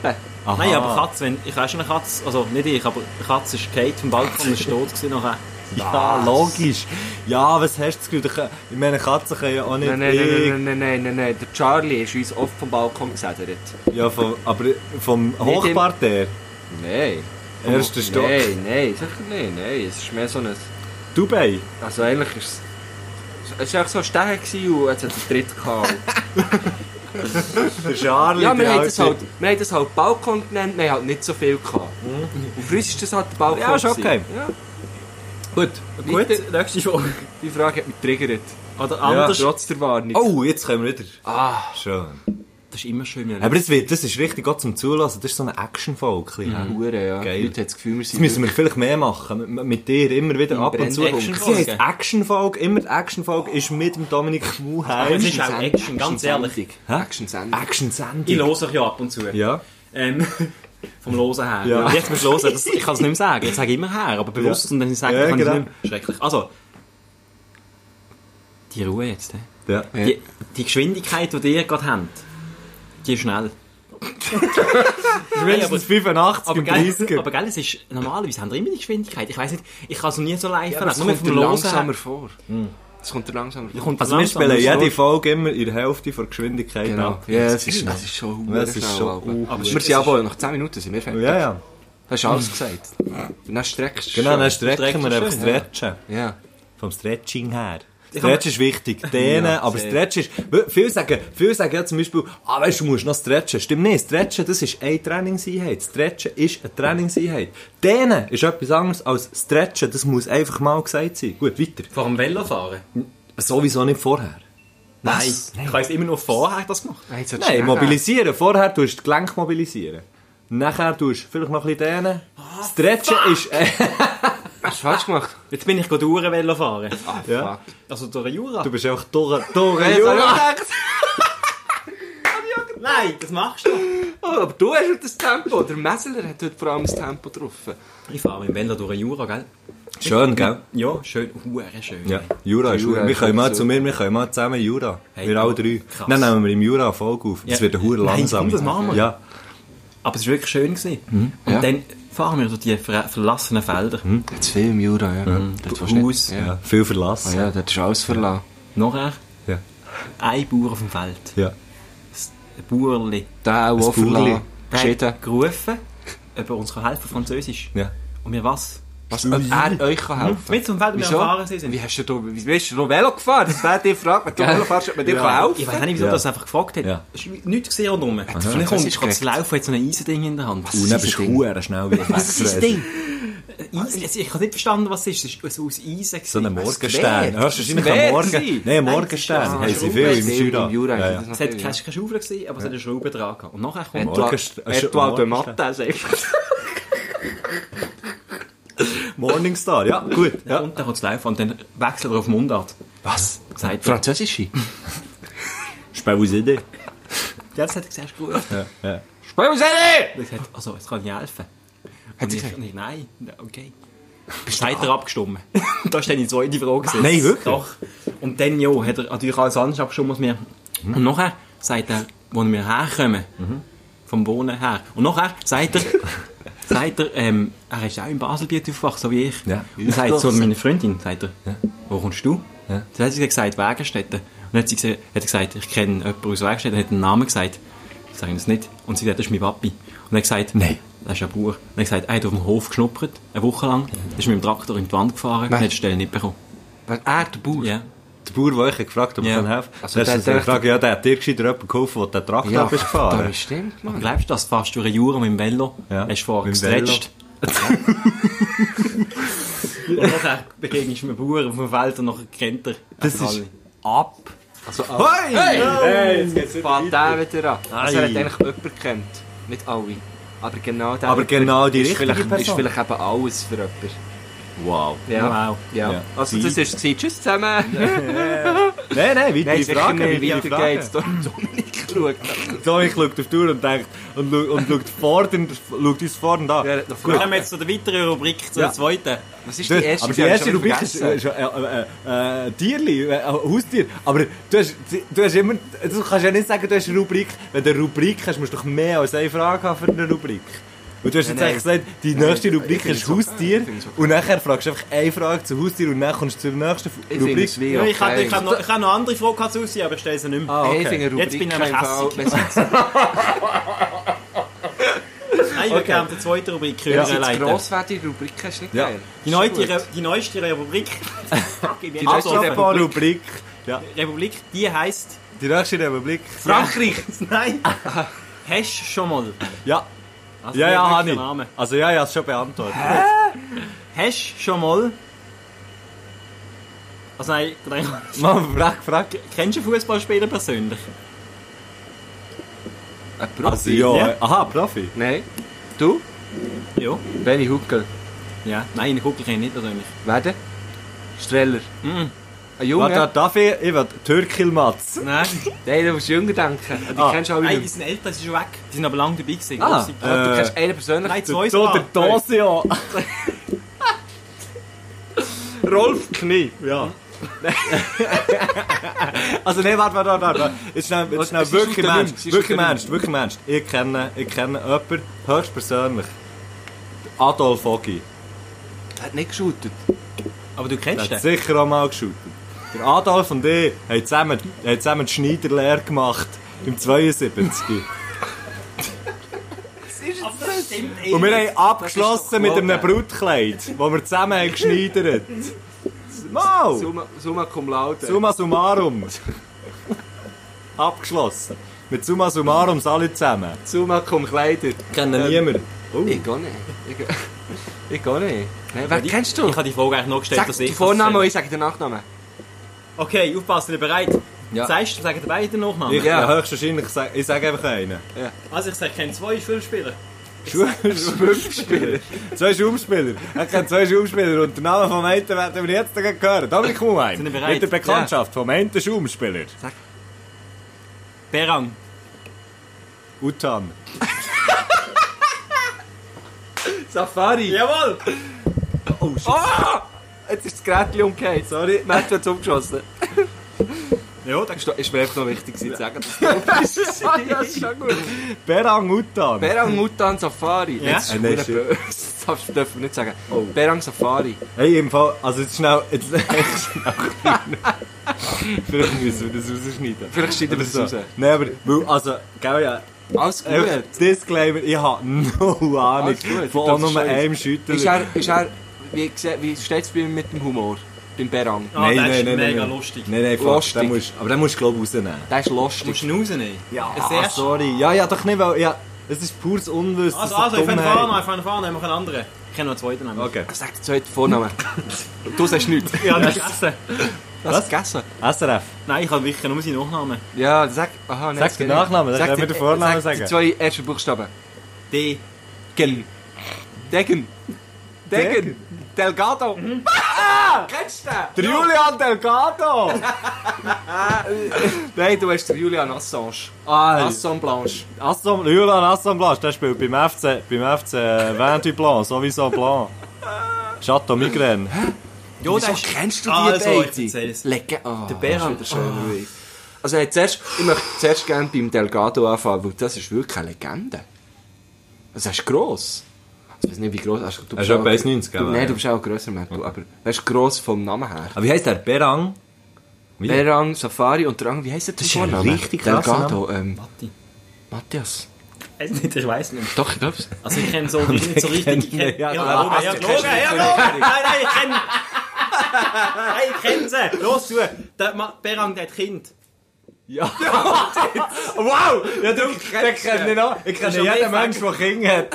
Speaker 2: Aha.
Speaker 6: Nein, aber Katze, wenn, ich habe schon eine Katze, also nicht ich, aber eine Katze ist gefallen vom Balkon und ist tot gewesen nachher.
Speaker 2: Ja, logisch. Ja, was hast du das Gefühl? Da kann- Ich meine, Katzen können ja auch nicht...
Speaker 5: Nein, nein, nein, nein, nein, nein, nein, nein. Der Charlie ist uns oft vom Balkon gesedert.
Speaker 2: Ja, vom, aber vom Hochparterre.
Speaker 5: Nein.
Speaker 2: Erster Stock.
Speaker 5: Nein, nein, sicher nicht. Nein, es ist mehr so ein...
Speaker 2: Dubai.
Speaker 5: Also eigentlich ist es... Es war einfach so ein Stern gewesen und jetzt hat es dritt gehabt.
Speaker 2: Der Charlie,
Speaker 5: Ja, wir
Speaker 2: der
Speaker 5: haben, das halt,
Speaker 2: alte-
Speaker 5: wir haben das halt Balkon genannt, wir haben halt nicht so viel gehabt.
Speaker 6: Mhm.
Speaker 5: Und für uns ist das halt der Balkon.
Speaker 2: Ja, ist
Speaker 5: gewesen.
Speaker 2: okay.
Speaker 5: Ja.
Speaker 2: Gut.
Speaker 6: Gut,
Speaker 5: Weiter.
Speaker 6: nächste Frage.
Speaker 5: Die Frage hat mich getriggert.
Speaker 6: Oder anders.
Speaker 5: Trotz der Warnung.
Speaker 2: Oh, jetzt kommen wir wieder.
Speaker 5: Ah,
Speaker 2: Schön.
Speaker 6: Das ist immer schön, wenn
Speaker 2: Aber das, wird, das ist richtig auch zum Zulassen. Das ist so eine Action-Folge. ein bisschen, hä?
Speaker 5: Hure, ja.
Speaker 2: Geil.
Speaker 5: Die Leute haben das Gefühl, wir
Speaker 2: Das
Speaker 5: sind...
Speaker 2: müssen wir vielleicht mehr machen. Mit, mit dir immer wieder
Speaker 5: Immer
Speaker 2: ab und zu. Sie
Speaker 5: Action-
Speaker 6: Folge.
Speaker 2: heisst Action-Folge. Immer die Action-Folge ist mit dem Dominik
Speaker 6: Es
Speaker 2: Muheim.
Speaker 6: ist auch Action, ganz ehrlich.
Speaker 2: Hä?
Speaker 5: Action-Sendung.
Speaker 6: Ich
Speaker 2: Action-Sendung.
Speaker 6: höre euch ja ab und zu.
Speaker 2: Ja.
Speaker 6: Ähm, vom Losen her.
Speaker 2: Ja.
Speaker 6: Jetzt musst du hören, das, ich kann es nicht mehr sagen. Ich sage immer her, aber bewusst
Speaker 2: Ja.
Speaker 6: und dann sage ich,
Speaker 2: Ja,
Speaker 6: kann
Speaker 2: genau.
Speaker 6: ich nicht mehr. Schrecklich. Also, die Ruhe jetzt. hä?
Speaker 2: Ja.
Speaker 6: Die, die Geschwindigkeit, die ihr gerade habt, die ist schnell. Nein, aber-
Speaker 2: Mindestens 85
Speaker 6: aber
Speaker 2: im
Speaker 6: gell,
Speaker 2: 30er.
Speaker 6: aber gell, es ist, normalerweise haben wir immer die Geschwindigkeit. Ich weiss nicht, ich kann es noch nie so live
Speaker 5: Ja, aber
Speaker 6: ja,
Speaker 5: das
Speaker 6: Nur
Speaker 5: kommt
Speaker 6: vom
Speaker 5: dir
Speaker 6: Losen
Speaker 5: langsamer
Speaker 6: her.
Speaker 5: vor. Das kommt dir langsamer vor.
Speaker 6: Kommt
Speaker 2: Also wir
Speaker 6: langsam
Speaker 2: spielen
Speaker 6: aus,
Speaker 2: jede
Speaker 6: oder?
Speaker 2: Folge immer in der Hälfte von der Geschwindigkeit
Speaker 5: Genau.
Speaker 2: ab.
Speaker 5: Ja, es ist, es ist schon hure
Speaker 2: es ist
Speaker 5: schnell,
Speaker 2: schon
Speaker 5: aber- Aber
Speaker 6: hure
Speaker 5: wir sind aber nach 10 Minuten sind wir fertig.
Speaker 2: Ja, ja.
Speaker 5: Hast du alles gesagt? Und dann streckst du
Speaker 2: Genau, dann
Speaker 5: schon.
Speaker 2: strecken
Speaker 6: Strecken
Speaker 2: wir einfach
Speaker 6: schön,
Speaker 2: stretchen.
Speaker 5: Ja.
Speaker 2: Vom Stretching her. Stretch ist wichtig. Dehnen,
Speaker 5: Ja,
Speaker 2: aber
Speaker 5: sehr.
Speaker 2: Stretch ist... Viele sagen, viele sagen ja zum Beispiel, ah, weißt du, du musst noch stretchen. Stimmt nicht. Stretchen, das ist eine Trainingseinheit. Stretchen ist eine Trainingseinheit. Dehnen ist etwas anderes als Stretchen. Das muss einfach mal gesagt sein. Gut, weiter.
Speaker 5: Vor dem Velofahren?
Speaker 2: Sowieso nicht vorher.
Speaker 6: Nein. Ich habe es immer noch vorher das gemacht.
Speaker 5: Nein, jetzt
Speaker 2: Nein, mobilisieren. Vorher tust du das Gelenk mobilisieren. Nachher tust du vielleicht noch ein bisschen dehnen.
Speaker 6: Ah,
Speaker 2: Stretchen ist... äh,
Speaker 5: Hast du falsch gemacht?
Speaker 6: Jetzt bin ich gerade Uhren Velofahren.
Speaker 2: ja.
Speaker 5: Fuck.
Speaker 6: Also durch den Jura.
Speaker 2: Du bist einfach Dora... Dora...
Speaker 6: Nein, das machst du. doch.
Speaker 5: Oh, aber du hast heute das Tempo. Der Messeler hat heute vor allem das Tempo getroffen.
Speaker 6: Ich fahre mit dem Velo durch den Jura, gell?
Speaker 2: Schön, gell?
Speaker 6: Ja, schön, hure schön.
Speaker 2: Ja, Jura ist
Speaker 5: Jura
Speaker 2: Jura. Wir
Speaker 5: ist
Speaker 2: können mal
Speaker 5: so.
Speaker 2: zu mir, wir können mal zusammen Jura.
Speaker 6: Hey,
Speaker 2: wir
Speaker 6: ja,
Speaker 2: alle drei.
Speaker 6: krass.
Speaker 2: Dann nehmen wir im Jura eine Folge auf. Es
Speaker 6: Ja.
Speaker 2: wird eine Hure
Speaker 6: Nein,
Speaker 2: langsam.
Speaker 6: komm, das machen wir.
Speaker 2: Ja. Mhm.
Speaker 6: Aber es war wirklich schön. Gewesen. Und
Speaker 5: Ja.
Speaker 6: dann fahren wir durch die ver verlassenen Felder.
Speaker 5: Jetzt viel im Jura, ja. Dort warst du
Speaker 6: Haus.
Speaker 5: nicht-
Speaker 2: Ja.
Speaker 5: Ja.
Speaker 2: Viel
Speaker 5: Ah
Speaker 2: Verlass.
Speaker 5: ja, dort ist alles verlassen.
Speaker 6: Nachher
Speaker 2: Ja.
Speaker 6: ein Bauer auf dem Feld.
Speaker 2: ja.
Speaker 6: Ein Bauerli.
Speaker 5: Der auch
Speaker 2: Bauerli.
Speaker 5: verlassen.
Speaker 6: Der
Speaker 5: Geschieden.
Speaker 6: hat gerufen, ob er uns kann helfen kann, Französisch.
Speaker 2: Ja.
Speaker 6: Und wir was? Hm?
Speaker 5: Was, ob er euch kann helfen
Speaker 6: Mit zum Feld, wir
Speaker 5: Wieso?
Speaker 6: erfahren sie sind.
Speaker 5: Hm? Wie hast du da, wie bist du noch Velo gefahren? Das wäre die Frage, wenn du
Speaker 2: Ja.
Speaker 5: Velo fährst, ob man dir kann helfen
Speaker 6: Ich weiß nicht, wieso
Speaker 2: Ja.
Speaker 6: das einfach gefragt hat.
Speaker 2: Ja. Ah,
Speaker 6: Es ist nichts gesehen und rum. Und dann
Speaker 5: Französisch
Speaker 6: kommt ich gerade zu
Speaker 5: gekriegt.
Speaker 6: laufen, hat so ein Eisending in der Hand.
Speaker 2: Und dann bist du Hure schnell wieder
Speaker 6: Was ist das
Speaker 2: weg.
Speaker 6: Ding? Eisen, also ich habe nicht verstanden, was es ist. Es ist aus Eisen.
Speaker 2: So ein
Speaker 6: gewesen.
Speaker 2: Morgenstern.
Speaker 5: Quer.
Speaker 2: Hörst du
Speaker 5: Das
Speaker 2: wahrscheinlich am
Speaker 5: Quer
Speaker 2: Morgen?
Speaker 5: gewesen.
Speaker 2: Nein,
Speaker 6: Nein,
Speaker 2: Morgenstern.
Speaker 6: das ist
Speaker 2: Haben sie
Speaker 6: ein
Speaker 2: viel im
Speaker 5: Viel
Speaker 2: Jura.
Speaker 5: Im Jura
Speaker 2: Ja, ja.
Speaker 5: ist das
Speaker 6: Es hat
Speaker 5: natürlich,
Speaker 6: keine keine Schrauber, gewesen, aber es hat eine Schraube dran. gehabt. Und nachher kommt...
Speaker 5: ja.
Speaker 2: Morgenst-
Speaker 5: Etwa- Etwa der
Speaker 2: Morgenstern.
Speaker 5: Mathe ist einfach.
Speaker 2: Morningstar, ja, gut.
Speaker 6: Ja.
Speaker 2: Ja.
Speaker 6: Und dann kommt es live und dann wechselt er auf Mundart.
Speaker 5: Was?
Speaker 6: Sagt er.
Speaker 5: Französische?
Speaker 2: Spavosidee.
Speaker 6: Ja, das hat er gesagt, gut. Ja.
Speaker 2: Ja.
Speaker 5: Spülsele!
Speaker 6: Er hat also, jetzt kann ich helfen.
Speaker 5: Hat
Speaker 6: Und
Speaker 5: sie
Speaker 6: ich,
Speaker 5: gesagt?
Speaker 6: und ich, nein, Ja, okay. Bist hat er abgestimmt. das ist dann die zweite Frage. gewesen.
Speaker 2: Nein, wirklich?
Speaker 6: Doch. Und dann, ja, hat er natürlich alles anders abgestimmt als wir. Und nachher sagt er, wo wir herkommen. Vom Wohnen her. Und nachher sagt er, sagt er, ähm, er ist auch in Baselbiet aufgewacht, so wie ich.
Speaker 2: Ja.
Speaker 6: Und dann sagt so meine Freundin, sagt er, wo kommst du?
Speaker 2: Ja.
Speaker 6: Dann hat sie gesagt, Wägenstätten. Und dann hat sie gese- hat er gesagt, ich kenne jemanden aus Wägenstätten, hat einen Namen gesagt. Ich sage ihm das nicht. Und sie sagt, das ist mein Papi. Und er hat gesagt,
Speaker 2: Nein.
Speaker 6: das ist ein Bauer. Und er hat gesagt, er hat auf dem Hof geschnuppert, eine Woche lang. Dann ist mit dem Traktor in die Wand gefahren und
Speaker 5: Nein.
Speaker 6: hat die Stelle nicht bekommen.
Speaker 5: Wenn er der Bauer.
Speaker 6: Ja.
Speaker 2: Der Bauer, der euch gefragt hat, ob ich
Speaker 6: Ja.
Speaker 2: kann helfen kann,
Speaker 5: Also
Speaker 2: also,
Speaker 5: der-
Speaker 2: hat er
Speaker 5: der-
Speaker 2: gefragt, ja, der hat dir gescheiter jemanden geholfen, der den Traktor
Speaker 5: Ja,
Speaker 2: bist gefahren
Speaker 5: das stimmt, Mann.
Speaker 6: Glaubst du, dass du fast durch einen Jura mit dem Velo
Speaker 2: Ja.
Speaker 6: hast vorher
Speaker 2: Mit dem Velo.
Speaker 6: gestretcht? und nachher begegnest du einem Bauer auf dem Feld und nachher kennt er
Speaker 2: Das
Speaker 6: alle.
Speaker 2: ist-
Speaker 5: Ab.
Speaker 2: Dus Hoi! Hey! jetzt geht's wieder
Speaker 5: Fährt der wieder
Speaker 2: Ah,
Speaker 5: an. Also er hat
Speaker 2: Ei.
Speaker 5: eigentlich jemanden gekannt. Nicht alle. Aber genau der
Speaker 2: Aber
Speaker 5: wird-
Speaker 2: genau nou die
Speaker 5: ist
Speaker 2: richtige
Speaker 5: vielleicht,
Speaker 2: Person.
Speaker 5: Ist vielleicht eben alles für jemanden.
Speaker 2: Wow.
Speaker 5: Ja.
Speaker 6: Wow.
Speaker 5: Ja.
Speaker 2: Ja.
Speaker 5: Also das war es. Tschüss zusammen.
Speaker 2: Nein, nein,
Speaker 5: Nein,
Speaker 2: weitere
Speaker 5: sicher
Speaker 2: Fragen.
Speaker 5: nicht.
Speaker 2: weitere
Speaker 5: Weiter
Speaker 2: Fragen.
Speaker 5: geht's. Dominik schaut.
Speaker 2: Dominik schaut auf die Uhr und denkt, und, schau- und schaut fordernd, schaut uns fordernd an.
Speaker 5: Ja, er hat noch
Speaker 2: Gut.
Speaker 6: Wir kommen jetzt zu der weiteren Rubrik, zur
Speaker 2: Ja.
Speaker 6: zweiten.
Speaker 2: Dus,
Speaker 5: Was ist die erste?
Speaker 2: aber die
Speaker 5: hab ich
Speaker 2: erste
Speaker 5: schon
Speaker 2: Rubrik ist
Speaker 5: vergessen.
Speaker 2: äh, ist, äh, äh, äh, Tierli, äh, Haustier. Aber du hast, du hast immer, du kannst ja nicht sagen, du hast eine Rubrik. Wenn du eine Rubrik hast, musst du doch mehr als eine Frage haben für eine Rubrik. Und du hast jetzt
Speaker 5: Nein,
Speaker 2: eigentlich gesagt, die nächste Rubrik
Speaker 5: find's
Speaker 2: ist
Speaker 5: okay.
Speaker 2: Haustier.
Speaker 5: Ich find's okay.
Speaker 2: Und nachher fragst du einfach eine Frage zu Haustier und dann kommst du zur nächsten
Speaker 5: Ich finde
Speaker 2: Rubrik.
Speaker 5: es wie
Speaker 6: Ja, ich habe
Speaker 5: okay.
Speaker 6: ich hab noch, ich hab noch andere Fragen gehabt zu Hause, aber ich stelle sie nicht mehr.
Speaker 2: Ah, okay.
Speaker 5: Ich finde eine
Speaker 6: Jetzt
Speaker 5: Rubrik
Speaker 6: bin ich nämlich
Speaker 5: kein Fall.
Speaker 6: hässig. Nein, ich würde gerne die zweite Rubrik
Speaker 5: Wenn
Speaker 6: hören.
Speaker 5: du jetzt
Speaker 6: Leute.
Speaker 5: grosswertige Rubriken hast, nicht
Speaker 2: Ja.
Speaker 5: geil.
Speaker 6: die, neue, die neueste Republik. Fuck, ich bin
Speaker 5: neueste
Speaker 6: abgesoffen.
Speaker 5: Republik.
Speaker 2: Apropos Rubrik. Ja,
Speaker 6: Republik, die heisst.
Speaker 2: die nächste Rubrik.
Speaker 5: Frankreich!
Speaker 6: Nein! Hast du schon mal.
Speaker 2: Ja,
Speaker 6: Also,
Speaker 2: ja, ja,
Speaker 6: wirklich
Speaker 2: habe ich.
Speaker 6: den Namen.
Speaker 2: Also ja, ja, ist schon beantwortet.
Speaker 6: Hast du schon mal. Also nein, nein.
Speaker 2: Mann, frag, frag.
Speaker 6: Kennst du Fußballspieler persönlich?
Speaker 5: Ein Profi?
Speaker 2: Also ja,
Speaker 6: Ja.
Speaker 2: äh, aha, Profi.
Speaker 5: Nein. Du?
Speaker 6: Ja.
Speaker 5: Benny Huckel.
Speaker 6: Ja. Nein, ich gucke ihn nicht persönlich.
Speaker 5: Wer denn? Streller.
Speaker 6: Mhm.
Speaker 5: Ein
Speaker 2: Warte,
Speaker 5: Junge?
Speaker 2: warte, darf ich? Ich will Türkilmatz.
Speaker 6: Nein.
Speaker 5: Nein, du musst jünger denken. Die
Speaker 2: Ah,
Speaker 5: kennst du alle
Speaker 6: Nein,
Speaker 5: nicht.
Speaker 6: die
Speaker 5: mehr.
Speaker 6: sind älter, sie sind schon weg. Die sind aber lange dabei gewesen.
Speaker 5: Ah,
Speaker 6: Grosse-
Speaker 5: äh, du
Speaker 2: äh,
Speaker 5: kennst einen persönlich.
Speaker 6: Nein,
Speaker 2: So
Speaker 6: zwei
Speaker 2: der
Speaker 6: sogar.
Speaker 2: Tosio.
Speaker 5: Rolf Knie.
Speaker 2: Ja. also nein, warte, warte, warte, warte. Jetzt schnell,
Speaker 5: Was-
Speaker 2: jetzt schnell
Speaker 5: es ist auf
Speaker 2: wirklich im
Speaker 5: der
Speaker 2: Ernst,
Speaker 5: Liste, es ist auf
Speaker 2: wirklich
Speaker 5: der
Speaker 2: im Ernst, wirklich im Ernst. Ich kenne, ich kenne jemanden höchstpersönlich. Adolf Ogi.
Speaker 5: Der hat nicht geshootet.
Speaker 6: Aber du
Speaker 2: Der
Speaker 6: kennst
Speaker 2: hat
Speaker 6: den.
Speaker 2: sicher auch mal geschaut. Der Adolf und ich haben zusammen, haben zusammen die Schneiderlehre gemacht. Im 72.
Speaker 6: Aber das stimmt eh.
Speaker 2: Und wir haben
Speaker 5: Das ist
Speaker 2: abgeschlossen
Speaker 5: doch
Speaker 2: mit einem
Speaker 5: gelogen.
Speaker 2: Brutkleid, das wir zusammen haben geschneidert. Mal!
Speaker 5: Summa, summa cum laude.
Speaker 2: Summa summarum. Abgeschlossen. Mit Summa summarum alle zusammen.
Speaker 5: Summa cum Kleider.
Speaker 2: Kennen
Speaker 5: Ähm,
Speaker 2: niemand. Oh.
Speaker 5: Ich gar nicht. Ich, ich gar nicht. Hey, wer
Speaker 6: Die-
Speaker 5: kennst du?
Speaker 6: Ich habe die Frage eigentlich noch gestellt,
Speaker 5: Sag
Speaker 6: dass
Speaker 5: den
Speaker 6: ich...
Speaker 5: Vornamen und ich sage den Nachnamen.
Speaker 6: Okay, aufpassen, ihr bereit?
Speaker 5: Ja.
Speaker 6: Sagst du, sagen beide den Nachnamen?
Speaker 2: Ich
Speaker 5: Ja.
Speaker 2: ja. höchstwahrscheinlich sag, ich sage einfach einen.
Speaker 6: Also ich sage, ich kenne zwei Schulspieler.
Speaker 2: Schwimmspieler. zwei Schwimmspieler. Er kennt zwei Schwimmspieler und den Namen vom einen werden wir jetzt gerade hören. Dominik Muheim.
Speaker 6: Sind wir bereit?
Speaker 2: Mit der Bekanntschaft vom einen Schwimmspieler.
Speaker 6: Berang.
Speaker 2: Utan.
Speaker 5: Safari.
Speaker 6: Jawohl!
Speaker 5: Ah! Jetzt ist das Gerät umgekehrt. Sorry, Matt hat es umgeschossen.
Speaker 6: Ja, dann
Speaker 5: Ist, ist mir einfach noch wichtig, gewesen, zu sagen, dass das ah, ja, ist schon gut.
Speaker 2: Berang Utan.
Speaker 5: Berang Mutan Safari.
Speaker 6: Ja.
Speaker 5: Jetzt
Speaker 2: Äh,
Speaker 5: ist
Speaker 2: nein,
Speaker 5: es
Speaker 2: shit.
Speaker 5: böse. Das dürfen wir nicht sagen. Berang Safari.
Speaker 2: Hey, im Fall, also jetzt schnell, jetzt jetzt schnell rein. Vielleicht müssen wir das rausschneiden.
Speaker 5: Vielleicht schneiden
Speaker 2: Oder
Speaker 5: wir das
Speaker 2: so.
Speaker 5: raus.
Speaker 2: Nein, aber, weil, also, gell, ja,
Speaker 5: Alles gut.
Speaker 2: einfach Disclaimer, ich habe null Ahnung
Speaker 5: Alles gut,
Speaker 2: von
Speaker 5: das
Speaker 2: auch
Speaker 5: ist
Speaker 2: nur
Speaker 5: scheiße.
Speaker 2: einem Schüttel.
Speaker 5: Ist er, ist er, wie, gse- wie steht es bei ihm mit dem Humor? Beim Berang?
Speaker 6: Ah, der ist mega lustig.
Speaker 2: Nein, nein, fuck,
Speaker 5: Lustig.
Speaker 2: den musst, aber den musst du, glaube ich, rausnehmen.
Speaker 5: Der ist lustig.
Speaker 6: musst du ihn rausnehmen.
Speaker 2: Ja,
Speaker 6: Das erste-
Speaker 2: sorry. Ja, ja, doch nicht, weil, ja, es ist pures Unwissen.
Speaker 6: Also,
Speaker 2: so
Speaker 6: also, ich fange
Speaker 2: Dummheit.
Speaker 6: vorne, ich fange vorne, ich mache einen anderen. Ich kenne noch einen zweiten Namen.
Speaker 2: Okay.
Speaker 5: Sag den zweiten Vornamen. Du sagst nichts.
Speaker 6: Ich habe ihn vergessen.
Speaker 5: Hast du gegessen?
Speaker 2: SRF.
Speaker 6: Nein, ich habe wirklich nur seinen Nachnamen.
Speaker 5: Ja, sag... Aha, nein,
Speaker 2: Sag
Speaker 5: das
Speaker 2: den
Speaker 5: geht nicht.
Speaker 2: Nachnamen, dann können wir
Speaker 5: die-
Speaker 2: den Vornamen
Speaker 5: sag die
Speaker 2: sagen.
Speaker 5: zwei ersten Buchstaben.
Speaker 6: D.
Speaker 5: Degen. Degen. Degen.
Speaker 2: Degen.
Speaker 5: Delgado. Ah! Kennst du
Speaker 2: Der
Speaker 5: den?
Speaker 2: Julian Delgado!
Speaker 5: Nein, du hast den Julian Assange.
Speaker 2: Ah,
Speaker 5: Assange Blanche.
Speaker 2: Assam, Julian Assemblage, der spielt beim FC, beim FC Vinti Blanc, sowieso Blanc. Chateau Migraine.
Speaker 6: Ja, der
Speaker 5: Wieso kennst
Speaker 2: Ah,
Speaker 5: du die
Speaker 6: also,
Speaker 5: beiden?
Speaker 6: jetzt erzähl es.
Speaker 5: Lecker. Oh, der
Speaker 6: Berang.
Speaker 5: Ist wieder schön ruhig. Also, hey, zuerst, ich möchte zuerst gerne beim Delgado anfangen, weil das ist wirklich eine Legende. Also, er ist gross. Also, ich weiß nicht, wie gross. Also, du
Speaker 2: Er ist
Speaker 5: auch-
Speaker 2: etwa 1,90,
Speaker 5: du-
Speaker 2: aber,
Speaker 5: Nein,
Speaker 2: ja. Ah,
Speaker 5: du bist auch grösser, Matt, du, aber er ist gross vom Namen her.
Speaker 2: Aber wie heisst der? Berang? Wie?
Speaker 5: Berang, Safari und Drang, wie heisst der
Speaker 2: ist ein
Speaker 5: Vorname?
Speaker 2: richtig krasser
Speaker 5: Delgado, ähm,
Speaker 6: Matti.
Speaker 5: Matthias.
Speaker 6: Ich weiß nicht, ich weiß nicht.
Speaker 5: Doch, ich glaub's.
Speaker 6: Also, ich kenne so nicht so richtig. Ich kenne.
Speaker 2: Ja,
Speaker 6: Ja,
Speaker 2: klar.
Speaker 6: Logan, ja,
Speaker 5: Du
Speaker 6: Logan,
Speaker 5: kennst ihn
Speaker 6: ja, Logan! Nein, nein, ich kenne. Nein, ich kenne sie. Los, du. Der Ma- Berang, der hat Kind.
Speaker 2: Wow! Ja, du, ich kenne
Speaker 5: kennst
Speaker 2: ihn auch. Ich kenne
Speaker 6: schon
Speaker 2: jeden
Speaker 6: mehr
Speaker 2: Mensch, der Kinder hat.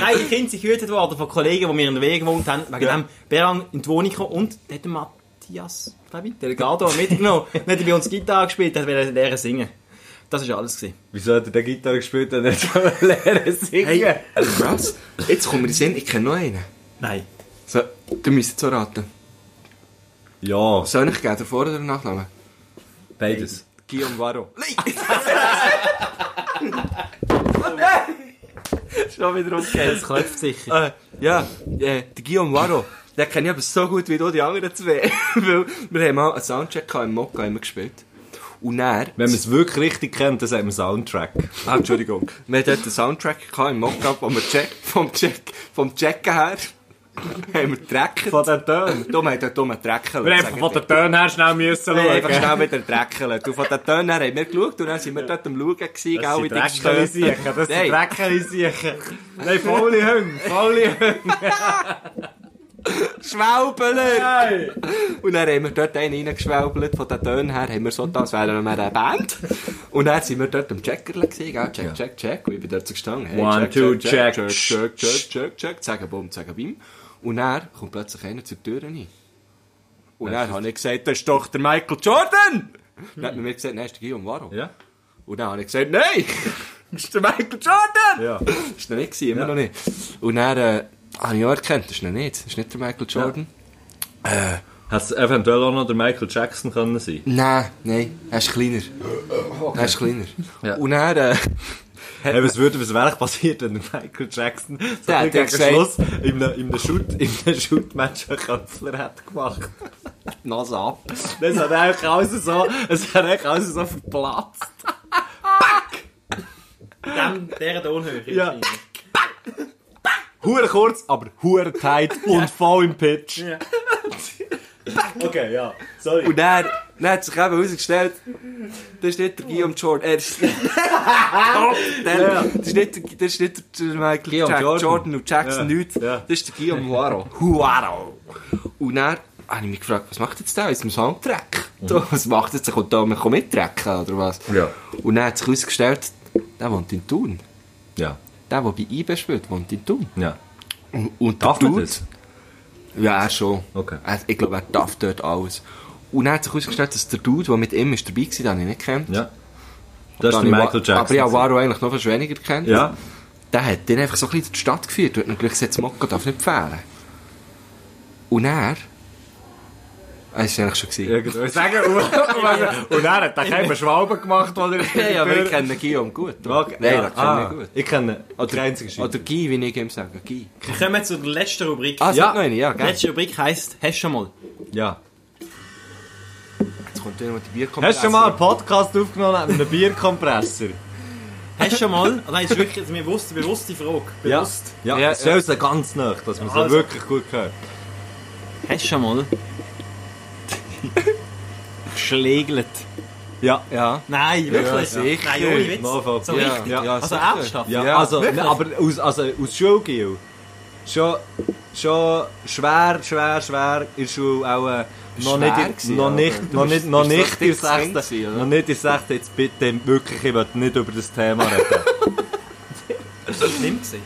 Speaker 6: Nein, die Kinder sind gehütet worden von Kollegen, die mir in der Wege gewohnt haben. Wegen dem Berang in die Wohnung gekommen und der hat den Matthias, glaube ich, Delgado mitgenommen. Dann hat er bei uns Gitarre gespielt, hat wollte lernen singen. Das war alles. Gewesen.
Speaker 2: Wieso hat er den Gitarre gespielt und nicht so lernen singen?
Speaker 5: Hey, was? Jetzt kommt mir in den Sinn, ich kenne noch einen.
Speaker 6: Nein.
Speaker 5: So, du müsst so raten.
Speaker 2: Ja,
Speaker 5: Soll ich geben, der Vor- oder der Nachname?
Speaker 2: beides.
Speaker 5: Guillaume Varro. Nein! Schon wieder umgekehrt.
Speaker 6: Das klopft sicher.
Speaker 5: Äh, ja, äh, der Guillaume Varro. Den kenne ich aber so gut wie du die anderen zwei. Weil wir haben mal einen Soundcheck gehabt im Mokka immer gespielt. Und dann...
Speaker 2: Wenn man es wirklich richtig kennt, dann sagt man Soundtrack.
Speaker 5: Ah, Entschuldigung. Wir hatten dort einen Soundtrack gehabt im Mockup, wo wir check, vom, check, vom Checken her haben wir Drecken.
Speaker 2: Von den Tönen.
Speaker 5: Dumm, hat dort dumme Dreckeln.
Speaker 2: Wir haben von den Tönen her schnell müssen
Speaker 5: Wir haben einfach
Speaker 2: schauen.
Speaker 5: schnell wieder Dreckeln. Du, von den Tönen her haben wir geschaut und dann sind wir dort am Schauen gewesen,
Speaker 2: Das
Speaker 5: gell, in
Speaker 2: sind
Speaker 5: die Gestörten.
Speaker 2: Dreckeli-Siechen, das sind
Speaker 5: Nein.
Speaker 2: Dreckeli-Siechen. Nein, faule Hunde, faule Hunde.
Speaker 5: Schwäubeler!
Speaker 2: Nein.
Speaker 5: Und dann haben wir dort einen reingeschwäubelt, von den Tönen her haben wir so getan, als wären wir eine Band. Und dann sind wir dort am Checkerle gewesen, gell, check, check, check. Und ich bin dort so gestanden, hey,
Speaker 2: One,
Speaker 5: check,
Speaker 2: two,
Speaker 5: check,
Speaker 2: check.
Speaker 5: check, check, check, check, check, check, zack, boom, zack, bim. Und dann kommt plötzlich einer zur Tür rein. Und dann habe ich gesagt, das ist doch der Michael Jordan! Dann hat man mir gesagt, nein, ist der Guillaume Varro.
Speaker 2: Ja.
Speaker 5: Und dann habe ich gesagt, nein! Das ist der Michael Jordan!
Speaker 2: Ja.
Speaker 5: Ist noch nicht gewesen, immer noch nicht. Und dann, äh, habe ich auch erkannt, das ist noch nicht, das ist nicht der Michael Jordan.
Speaker 2: Hätte es eventuell auch noch der Michael Jackson können sein
Speaker 5: Nein, nein, er ist kleiner. Er ist kleiner. Und dann, äh,
Speaker 2: Hey, was würde, was wäre passiert, wenn der Michael Jackson so
Speaker 5: Der
Speaker 2: ja,
Speaker 5: hat ja
Speaker 2: gegen
Speaker 5: gesagt-
Speaker 2: Schluss in einem, in einem Shoot, in einem Shoot-Match einen Kanzler hat gemacht?
Speaker 5: die Nase ab.
Speaker 2: Das hat eigentlich alles so, es hat eigentlich alles so verplatzt.
Speaker 6: Dem, der Tonhöhe.
Speaker 2: Ja. Hure kurz, aber hure tight und voll im Pitch. Okay, ja. Sorry.
Speaker 5: Und dann, dann hat sich eben herausgestellt, das ist nicht der Guillaume Jordan. Er ist, der, das ist nicht, der- das ist nicht der Michael Jack,
Speaker 2: Jordan.
Speaker 5: Jordan. und Jackson
Speaker 2: Ja,
Speaker 5: nichts.
Speaker 2: ja.
Speaker 5: Das ist der Guillaume Huaro. Huaro. Und dann habe ich mich gefragt, was macht jetzt der aus dem Soundtrack? So, Was macht jetzt? Er kommt da, man kann mittracken oder was?
Speaker 2: Mhm. Ja.
Speaker 5: Und dann hat sich herausgestellt, der wohnt in Thun.
Speaker 2: Ja.
Speaker 5: Der, der bei IBE spielt, wohnt in Thun.
Speaker 2: Ja.
Speaker 5: Und, und der
Speaker 2: Darf man
Speaker 5: Dude,
Speaker 2: das?
Speaker 5: Ja, er schon.
Speaker 2: Okay.
Speaker 5: Er, ich glaube, er darf dort alles. Und dann hat sich herausgestellt, dass der Dude, der mit ihm ist dabei war, den habe ich nicht kennt.
Speaker 2: Ja. Das ist der
Speaker 5: Dann habe ich
Speaker 2: Michael
Speaker 5: Wa-
Speaker 2: Jackson.
Speaker 5: Aber ich habe Waro eigentlich noch fast weniger kennt.
Speaker 2: Ja.
Speaker 5: Der hat den einfach so ein bisschen in die Stadt geführt und hat natürlich gesagt, das Mokka darf nicht fehlen. Und er... Ah, Das war eigentlich schon. gewesen.
Speaker 2: Irgendwas sagen. Und- Und er hat dann keinen Schwalben gemacht, oder?
Speaker 5: Nein, ja, aber ich kenne Guillaume gut.
Speaker 2: Okay.
Speaker 5: Nein,
Speaker 2: ja.
Speaker 5: das kenne
Speaker 2: ah,
Speaker 5: ich gut.
Speaker 2: Ich kenne die einzige
Speaker 5: Oder Guy, wie ich ihm sage. Guy.
Speaker 6: Wir kommen jetzt zur letzten Rubrik.
Speaker 5: Ah, es
Speaker 2: Ja.
Speaker 5: hat noch eine, ja,
Speaker 6: die
Speaker 5: gell.
Speaker 6: letzte Rubrik heisst, hast du schon mal?
Speaker 2: Ja.
Speaker 5: Jetzt kommt wieder noch die Bierkompetenz.
Speaker 2: Hast du schon mal einen Podcast aufgenommen mit einem Bierkompressor?
Speaker 6: Hast du schon mal? Ah, Nein, das ist wirklich eine bewusste, bewusste Frage.
Speaker 2: Ja.
Speaker 6: Bewusst.
Speaker 2: Ja,
Speaker 5: Ja,
Speaker 2: ja stell es ganz nach, dass man es
Speaker 6: Also.
Speaker 2: wirklich gut hört.
Speaker 6: Hast du schon mal? Geschlägelt.
Speaker 2: Ja.
Speaker 5: Ja.
Speaker 6: Nein, wirklich.
Speaker 5: Ja,
Speaker 6: nicht.
Speaker 5: sicher.
Speaker 6: Nein, ohne Witz.
Speaker 2: Nachvoll.
Speaker 6: So
Speaker 5: Ja.
Speaker 6: richtig.
Speaker 5: Ja,
Speaker 6: also
Speaker 5: sicher.
Speaker 6: ernsthaft.
Speaker 2: Ja,
Speaker 5: Ja,
Speaker 2: also,
Speaker 6: wirklich?
Speaker 2: ne, aber aus, also aus Schulgil. Schon, schon schwer, schwer, schwer in der Schule auch äh, noch,
Speaker 5: Schwer
Speaker 2: nicht,
Speaker 5: gewesen,
Speaker 2: in- noch
Speaker 5: Alter.
Speaker 2: nicht,
Speaker 5: Du
Speaker 2: noch
Speaker 5: bist-
Speaker 2: nicht, noch
Speaker 5: bist so
Speaker 2: nicht in
Speaker 5: richtig zwängt
Speaker 2: der
Speaker 5: gewesen,
Speaker 2: 6.
Speaker 5: oder?
Speaker 2: Noch nicht in der 6. Jetzt bitte wirklich, ich will nicht über das Thema reden.
Speaker 6: Das war schlimm. gewesen.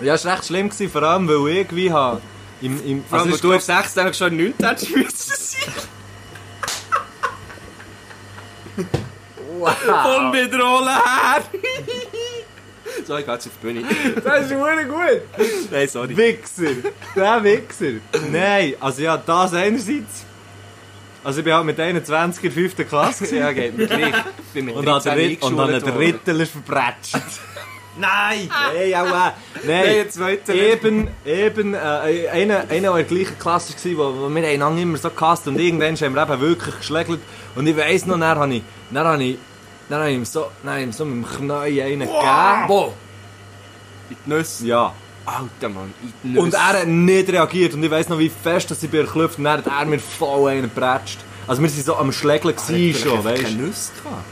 Speaker 2: ja, es war recht schlimm, gewesen, vor allem, weil ich irgendwie habe... Im, im,
Speaker 5: Also,
Speaker 2: also,
Speaker 5: wenn
Speaker 2: ist
Speaker 5: du
Speaker 2: gut,
Speaker 5: auf 6 eigentlich schon 9 hättest müssen sein. Wow. Komm mit Rollen her! so, ich gehe jetzt auf die Bühne.
Speaker 2: das ist wirklich gut.
Speaker 5: Nein, sorry.
Speaker 2: Wichser! Der Wichser! Nein, also ja, das einerseits. Also ich bin halt mit 21 in der 5. Klasse gewesen
Speaker 5: Ja, geht mir gleich. Ich bin mit
Speaker 2: und habe
Speaker 5: 13
Speaker 2: den Ritt- und habe den
Speaker 5: eingeschult worden.
Speaker 2: Rittler verbratscht.
Speaker 6: Nein!
Speaker 2: Nein, auch er.
Speaker 5: Nein,
Speaker 2: Nein,
Speaker 5: jetzt zweite
Speaker 2: eben, eben, äh, einer, einer der gleichen Klasse war, wo, wo wir einander immer so gehasst und irgendwann haben wir eben wirklich geschlägelt. Und ich weiss noch, dann habe ich, dann habe ich, dann habe ich ihm so, dann habe ich ihm so mit dem Knäuel einen gegeben.
Speaker 5: Boah! In die Nüsse.
Speaker 2: Ja.
Speaker 5: Alter Mann, in die Nüsse.
Speaker 2: Und er hat nicht reagiert und ich weiss noch, wie fest dass ich bin erklüpft und dann hat er mir voll einen gepratscht. Also wir waren so am Schlägeln
Speaker 5: Ich
Speaker 2: gewesen schon, weißt
Speaker 5: keine
Speaker 2: du?
Speaker 5: Nüsse gehabt.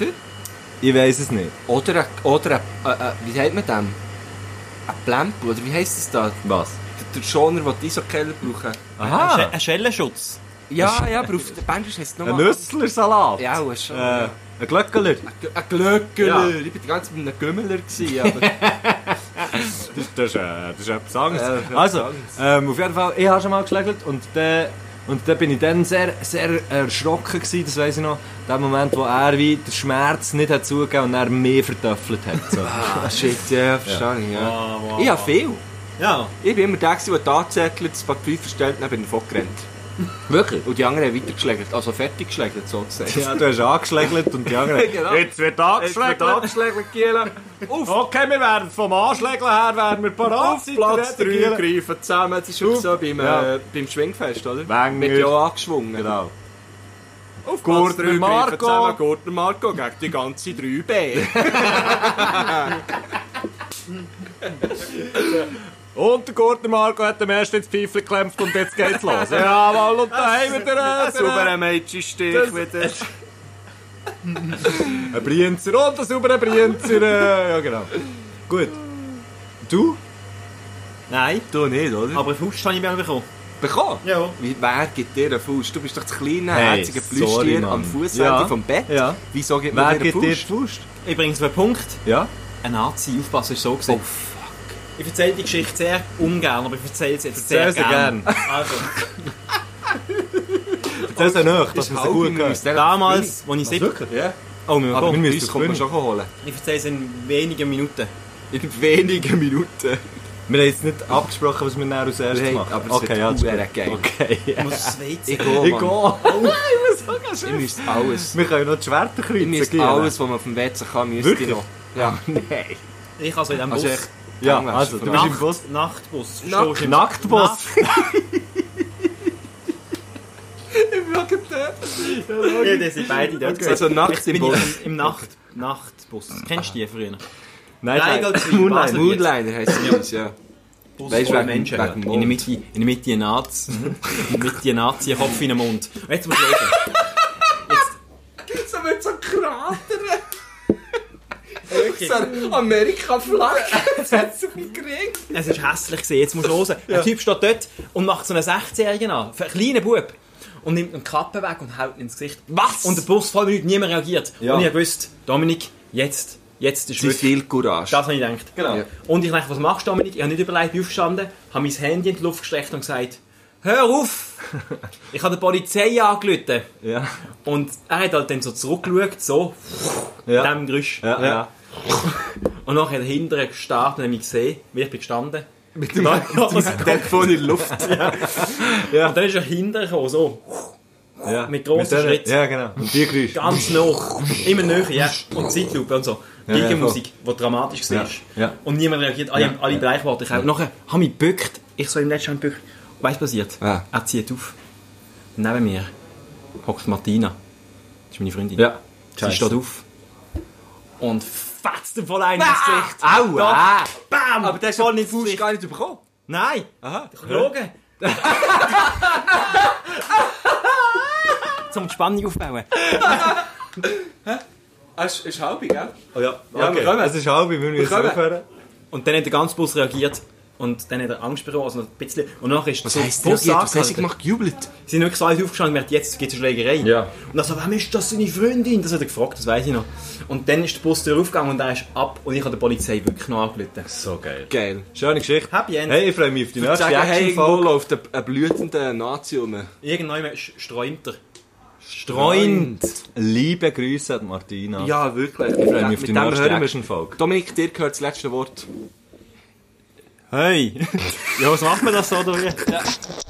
Speaker 5: Oder?
Speaker 2: Ich weiss es nicht.
Speaker 5: Oder, ein- oder ein- äh, äh, wie sagt man dem? Ein Plempel, oder wie heisst es da?
Speaker 2: Was?
Speaker 5: Der, der Schoner, den die Isokeller brauchen.
Speaker 6: Ein Sch-
Speaker 2: Aha!
Speaker 6: Ein Schellenschutz.
Speaker 5: Ja, ja, aber auf der Bandisch heisst es
Speaker 2: Ein
Speaker 5: nochmal...
Speaker 2: Nüsslersalat!
Speaker 5: Ja, auch schon.
Speaker 2: Äh, ein Glöckler!
Speaker 5: Ein- Ein Glöckler.
Speaker 2: Äh. Ja.
Speaker 5: Ich bin die ganze Zeit mit einem Gümmeler gewesen, aber...
Speaker 2: Das, das, ist, äh, das ist etwas anderes.
Speaker 5: Ja, das ist
Speaker 2: also,
Speaker 5: etwas
Speaker 2: ähm, auf jeden Fall, ich habe schon mal geschlägelt und dann und da bin ich dann sehr, sehr erschrocken gewesen, das weiss ich noch, der Moment, wo er wie den Schmerz nicht hat zugegeben und er mehr vertöffelt hat. So.
Speaker 5: ah, shit, ja, verstehe ich, ja.
Speaker 6: Wow, wow,
Speaker 5: Ich habe viel.
Speaker 6: Ja.
Speaker 5: Ich bin immer der, gewesen, der tatsächlich das Papier verstellt und dann bin ich fortgerannt.
Speaker 2: Wirklich?
Speaker 5: Und die anderen haben weitergeschlägert, also fertig geschlägert, sozusagen.
Speaker 2: Ja, du hast angeschlägelt und die anderen...
Speaker 5: Genau.
Speaker 2: Jetzt wird angeschlägelt!
Speaker 5: angeschlägert, Kiel. Auf,
Speaker 2: Okay, wir werden vom Anschlägeln her werden wir parat
Speaker 5: auf
Speaker 2: sein.
Speaker 5: Platz 3
Speaker 2: Giele.
Speaker 5: greifen zusammen. Das ist schon
Speaker 2: Auf-
Speaker 5: so beim,
Speaker 2: ja.
Speaker 5: äh, beim Schwingfest, oder?
Speaker 2: Wenger.
Speaker 5: Wird ja auch angeschwungen.
Speaker 2: Genau.
Speaker 5: Auf Platz
Speaker 2: Gurtner
Speaker 5: 3 greifen
Speaker 2: Marco.
Speaker 5: zusammen. Gurtner Marco gegen die ganze 3B.
Speaker 2: Und der Gurtner Marco hat den ersten ins Pfeifchen geklemmt und jetzt geht's los. Jawohl, und da haben wir den
Speaker 5: Ein sauberer
Speaker 2: äh,
Speaker 5: Mädchenstich
Speaker 2: Das-
Speaker 5: wieder.
Speaker 2: den- Ein Brienzer und einen sauberen Brienzer. äh, Ja, genau. Gut. Du?
Speaker 6: Nein.
Speaker 5: Du nicht, oder?
Speaker 6: Aber einen Fuß habe ich mir bekommen.
Speaker 5: bekommen?
Speaker 6: Ja.
Speaker 5: Wie, wer gibt dir einen Fuß? Du bist doch das kleine,
Speaker 2: Hey,
Speaker 5: herzige
Speaker 2: sorry,
Speaker 5: Plüschtier
Speaker 2: Mann.
Speaker 5: am Fußende
Speaker 2: Ja.
Speaker 5: vom Bett.
Speaker 2: Ja.
Speaker 5: Wieso gibt man
Speaker 2: Wer
Speaker 5: dir einen
Speaker 2: gibt dir die
Speaker 5: Fuß?
Speaker 2: Faust?
Speaker 6: Übrigens, ein Punkt.
Speaker 2: Ja?
Speaker 6: Ein Nazi, aufpassen, ist so gesehen. Ich erzähle die Geschichte sehr ungern, aber ich erzähle es jetzt sehr
Speaker 2: Erzähl's dir
Speaker 6: gern.
Speaker 2: gern.
Speaker 6: Also,
Speaker 2: Erzähl's dir nicht, dass man sie gut hört.
Speaker 6: damals, als ich sieb...
Speaker 2: wirklich?
Speaker 5: Ja,
Speaker 6: Oh, wir
Speaker 2: Aber wir
Speaker 6: kommen.
Speaker 2: müssen
Speaker 5: uns
Speaker 2: auf
Speaker 5: kommt man
Speaker 2: Bühne.
Speaker 5: schon holen.
Speaker 6: Ich erzähle es in wenigen Minuten.
Speaker 5: In wenigen Minuten.
Speaker 2: Wir haben jetzt nicht abgesprochen, was wir nachher als erstes
Speaker 5: Nein,
Speaker 2: machen.
Speaker 5: aber es wird
Speaker 2: ja, das ist
Speaker 5: huere
Speaker 2: gut.
Speaker 5: geil.
Speaker 2: Okay, ja.
Speaker 6: Ich muss es weit
Speaker 5: Ich
Speaker 6: sagen.
Speaker 5: gehe,
Speaker 2: Ich gehe.
Speaker 5: Mann.
Speaker 2: Ich muss auch
Speaker 5: Ich
Speaker 2: gehen.
Speaker 5: müsste alles.
Speaker 2: Wir können noch die Schwerter
Speaker 5: Ich
Speaker 2: kreuzen.
Speaker 5: müsste
Speaker 2: Giele.
Speaker 5: alles, was man auf dem WC kann, müsste
Speaker 2: Wirklich?
Speaker 5: ich noch. Ja.
Speaker 2: Nein.
Speaker 6: Ich also in diesem Bus.
Speaker 5: Also echt.
Speaker 2: Ja,
Speaker 5: Gangwäsche
Speaker 2: also, du
Speaker 5: verloren.
Speaker 2: bist im
Speaker 6: Nacht,
Speaker 2: Bus.
Speaker 6: Nachtbus.
Speaker 5: Nack-
Speaker 6: Verstehst du? Im-
Speaker 2: Nacktboss.
Speaker 6: Ja, die sind beide dort.
Speaker 5: Okay. Also nackt
Speaker 6: Jetzt bin
Speaker 5: im
Speaker 6: ich
Speaker 5: Bus.
Speaker 6: Im, im Nacht, Nachtbus. Kennst du die früher?
Speaker 2: Nein,
Speaker 6: Geigel
Speaker 2: nein.
Speaker 6: zu Basel jetzt.
Speaker 5: Moonliner heisst es bei uns, ja.
Speaker 6: Bus
Speaker 5: Weißt du,
Speaker 6: voller
Speaker 5: wegen-
Speaker 6: Menschen.
Speaker 5: wegen dem
Speaker 6: in
Speaker 5: Mond.
Speaker 6: der Mitte, in der Mitte ein Nazi. in der Mitte ein Nazi, ein Kopf in den Mund. Und jetzt muss ich lesen.
Speaker 5: So mit so Kratern.
Speaker 6: wirklich.
Speaker 5: Amerika-Flagge. Das hat so viel gekriegt.
Speaker 6: Es war hässlich, gewesen. jetzt musst du hören. Der Typ steht dort und macht so einen 16-Jährigen an, für einen kleinen Bub, und nimmt eine Kappe weg und haut ihn ins Gesicht. Was? Und der Bus voll Minuten, niemand reagiert.
Speaker 2: Ja.
Speaker 6: Und ich wusste, Dominik, jetzt, jetzt ist
Speaker 5: Zu
Speaker 6: wirklich...
Speaker 5: viel Courage.
Speaker 6: Das habe ich gedacht.
Speaker 2: Genau.
Speaker 5: Ja.
Speaker 6: Und ich dachte, was machst du, Dominik? Ich habe nicht überlegt, bin aufgestanden, habe mein Handy in die Luft gestreckt und gesagt, hör auf! ich habe der Polizei angerufen.
Speaker 2: Ja.
Speaker 6: Und er hat halt dann so zurückgeschaut, so,
Speaker 2: Ja.
Speaker 6: mit dem Geräusch.
Speaker 2: Ja, ja.
Speaker 6: Und nachher hat er hinterher gestartet und hat mich gesehen, wie ich bin gestanden.
Speaker 5: Mit dem Telefon in der Luft.
Speaker 6: Und dann ist er hinterher gekommen, so,
Speaker 2: ja.
Speaker 6: Mit grossen
Speaker 2: denen-
Speaker 6: Schritten.
Speaker 2: Ja, genau. Und die Geräusche.
Speaker 6: ganz nah, immer näher, ja. Und Zeitlupe und so.
Speaker 2: Ja, ja,
Speaker 6: Gegenmusik, die dramatisch war.
Speaker 2: Ja, ja.
Speaker 6: Und niemand reagiert, alle,
Speaker 2: Ja,
Speaker 6: alle
Speaker 2: ja.
Speaker 6: bleich warten. Ich auch. Nachher habe ich gebückt, ich so im letzten Moment gebückt. Weißt du, was passiert?
Speaker 5: Ja.
Speaker 6: Er zieht auf. Neben mir hockt Martina. Das ist meine Freundin.
Speaker 2: Ja.
Speaker 6: Sie
Speaker 2: Scheiße.
Speaker 6: steht auf. Und fetzt ihm voll ein ins Gesicht.
Speaker 5: Au,
Speaker 6: ah. Bam! Aber
Speaker 5: das
Speaker 6: voll ins Gesicht.
Speaker 5: gar nicht bekommen.
Speaker 6: Nein!
Speaker 5: Aha.
Speaker 6: Gelogen! Zum die Spannung aufbauen.
Speaker 5: Es ist halb, gell?
Speaker 2: Oh, ja.
Speaker 5: Ja,
Speaker 2: okay.
Speaker 5: wir kommen.
Speaker 2: Es ist halb, wir müssen jetzt
Speaker 5: kommen.
Speaker 2: aufhören.
Speaker 6: Und dann hat der ganze Bus reagiert. Und dann hat er Angst bekommen, also noch ein bisschen. Und nachher ist
Speaker 5: Was
Speaker 6: so
Speaker 5: heisst das? Was hast du
Speaker 6: angehalten.
Speaker 5: gemacht? Gejubelt?
Speaker 6: Sie sind wirklich so alle aufgestanden und gemerkt, jetzt gibt es eine Schlägerei.
Speaker 2: Ja.
Speaker 6: Und dann so, wem ist das seine Freundin? Das hat er gefragt, das weiß ich noch. Und dann ist der Bus aufgegangen und er ist ab und ich habe der Polizei wirklich noch angerufen.
Speaker 2: So geil.
Speaker 5: Geil.
Speaker 2: Schöne Geschichte.
Speaker 6: Happy End.
Speaker 2: Hey, ich freue mich auf die nächste
Speaker 5: Sagen, hey, irgendwo
Speaker 2: Action-Folge.
Speaker 5: läuft ein, ein blütender Nazi um.
Speaker 6: Irgendjemand sch- sträumt er.
Speaker 2: Freund. Liebe Grüße an Martina.
Speaker 5: Ja, wirklich.
Speaker 2: Ich freue mich auf
Speaker 5: Mit
Speaker 2: die
Speaker 5: dem
Speaker 2: nächste
Speaker 5: hören wir-
Speaker 2: Action-Folge.
Speaker 5: Dominik, dir gehört das letzte Wort.
Speaker 6: Hey! ja, was macht man das so, oder wie?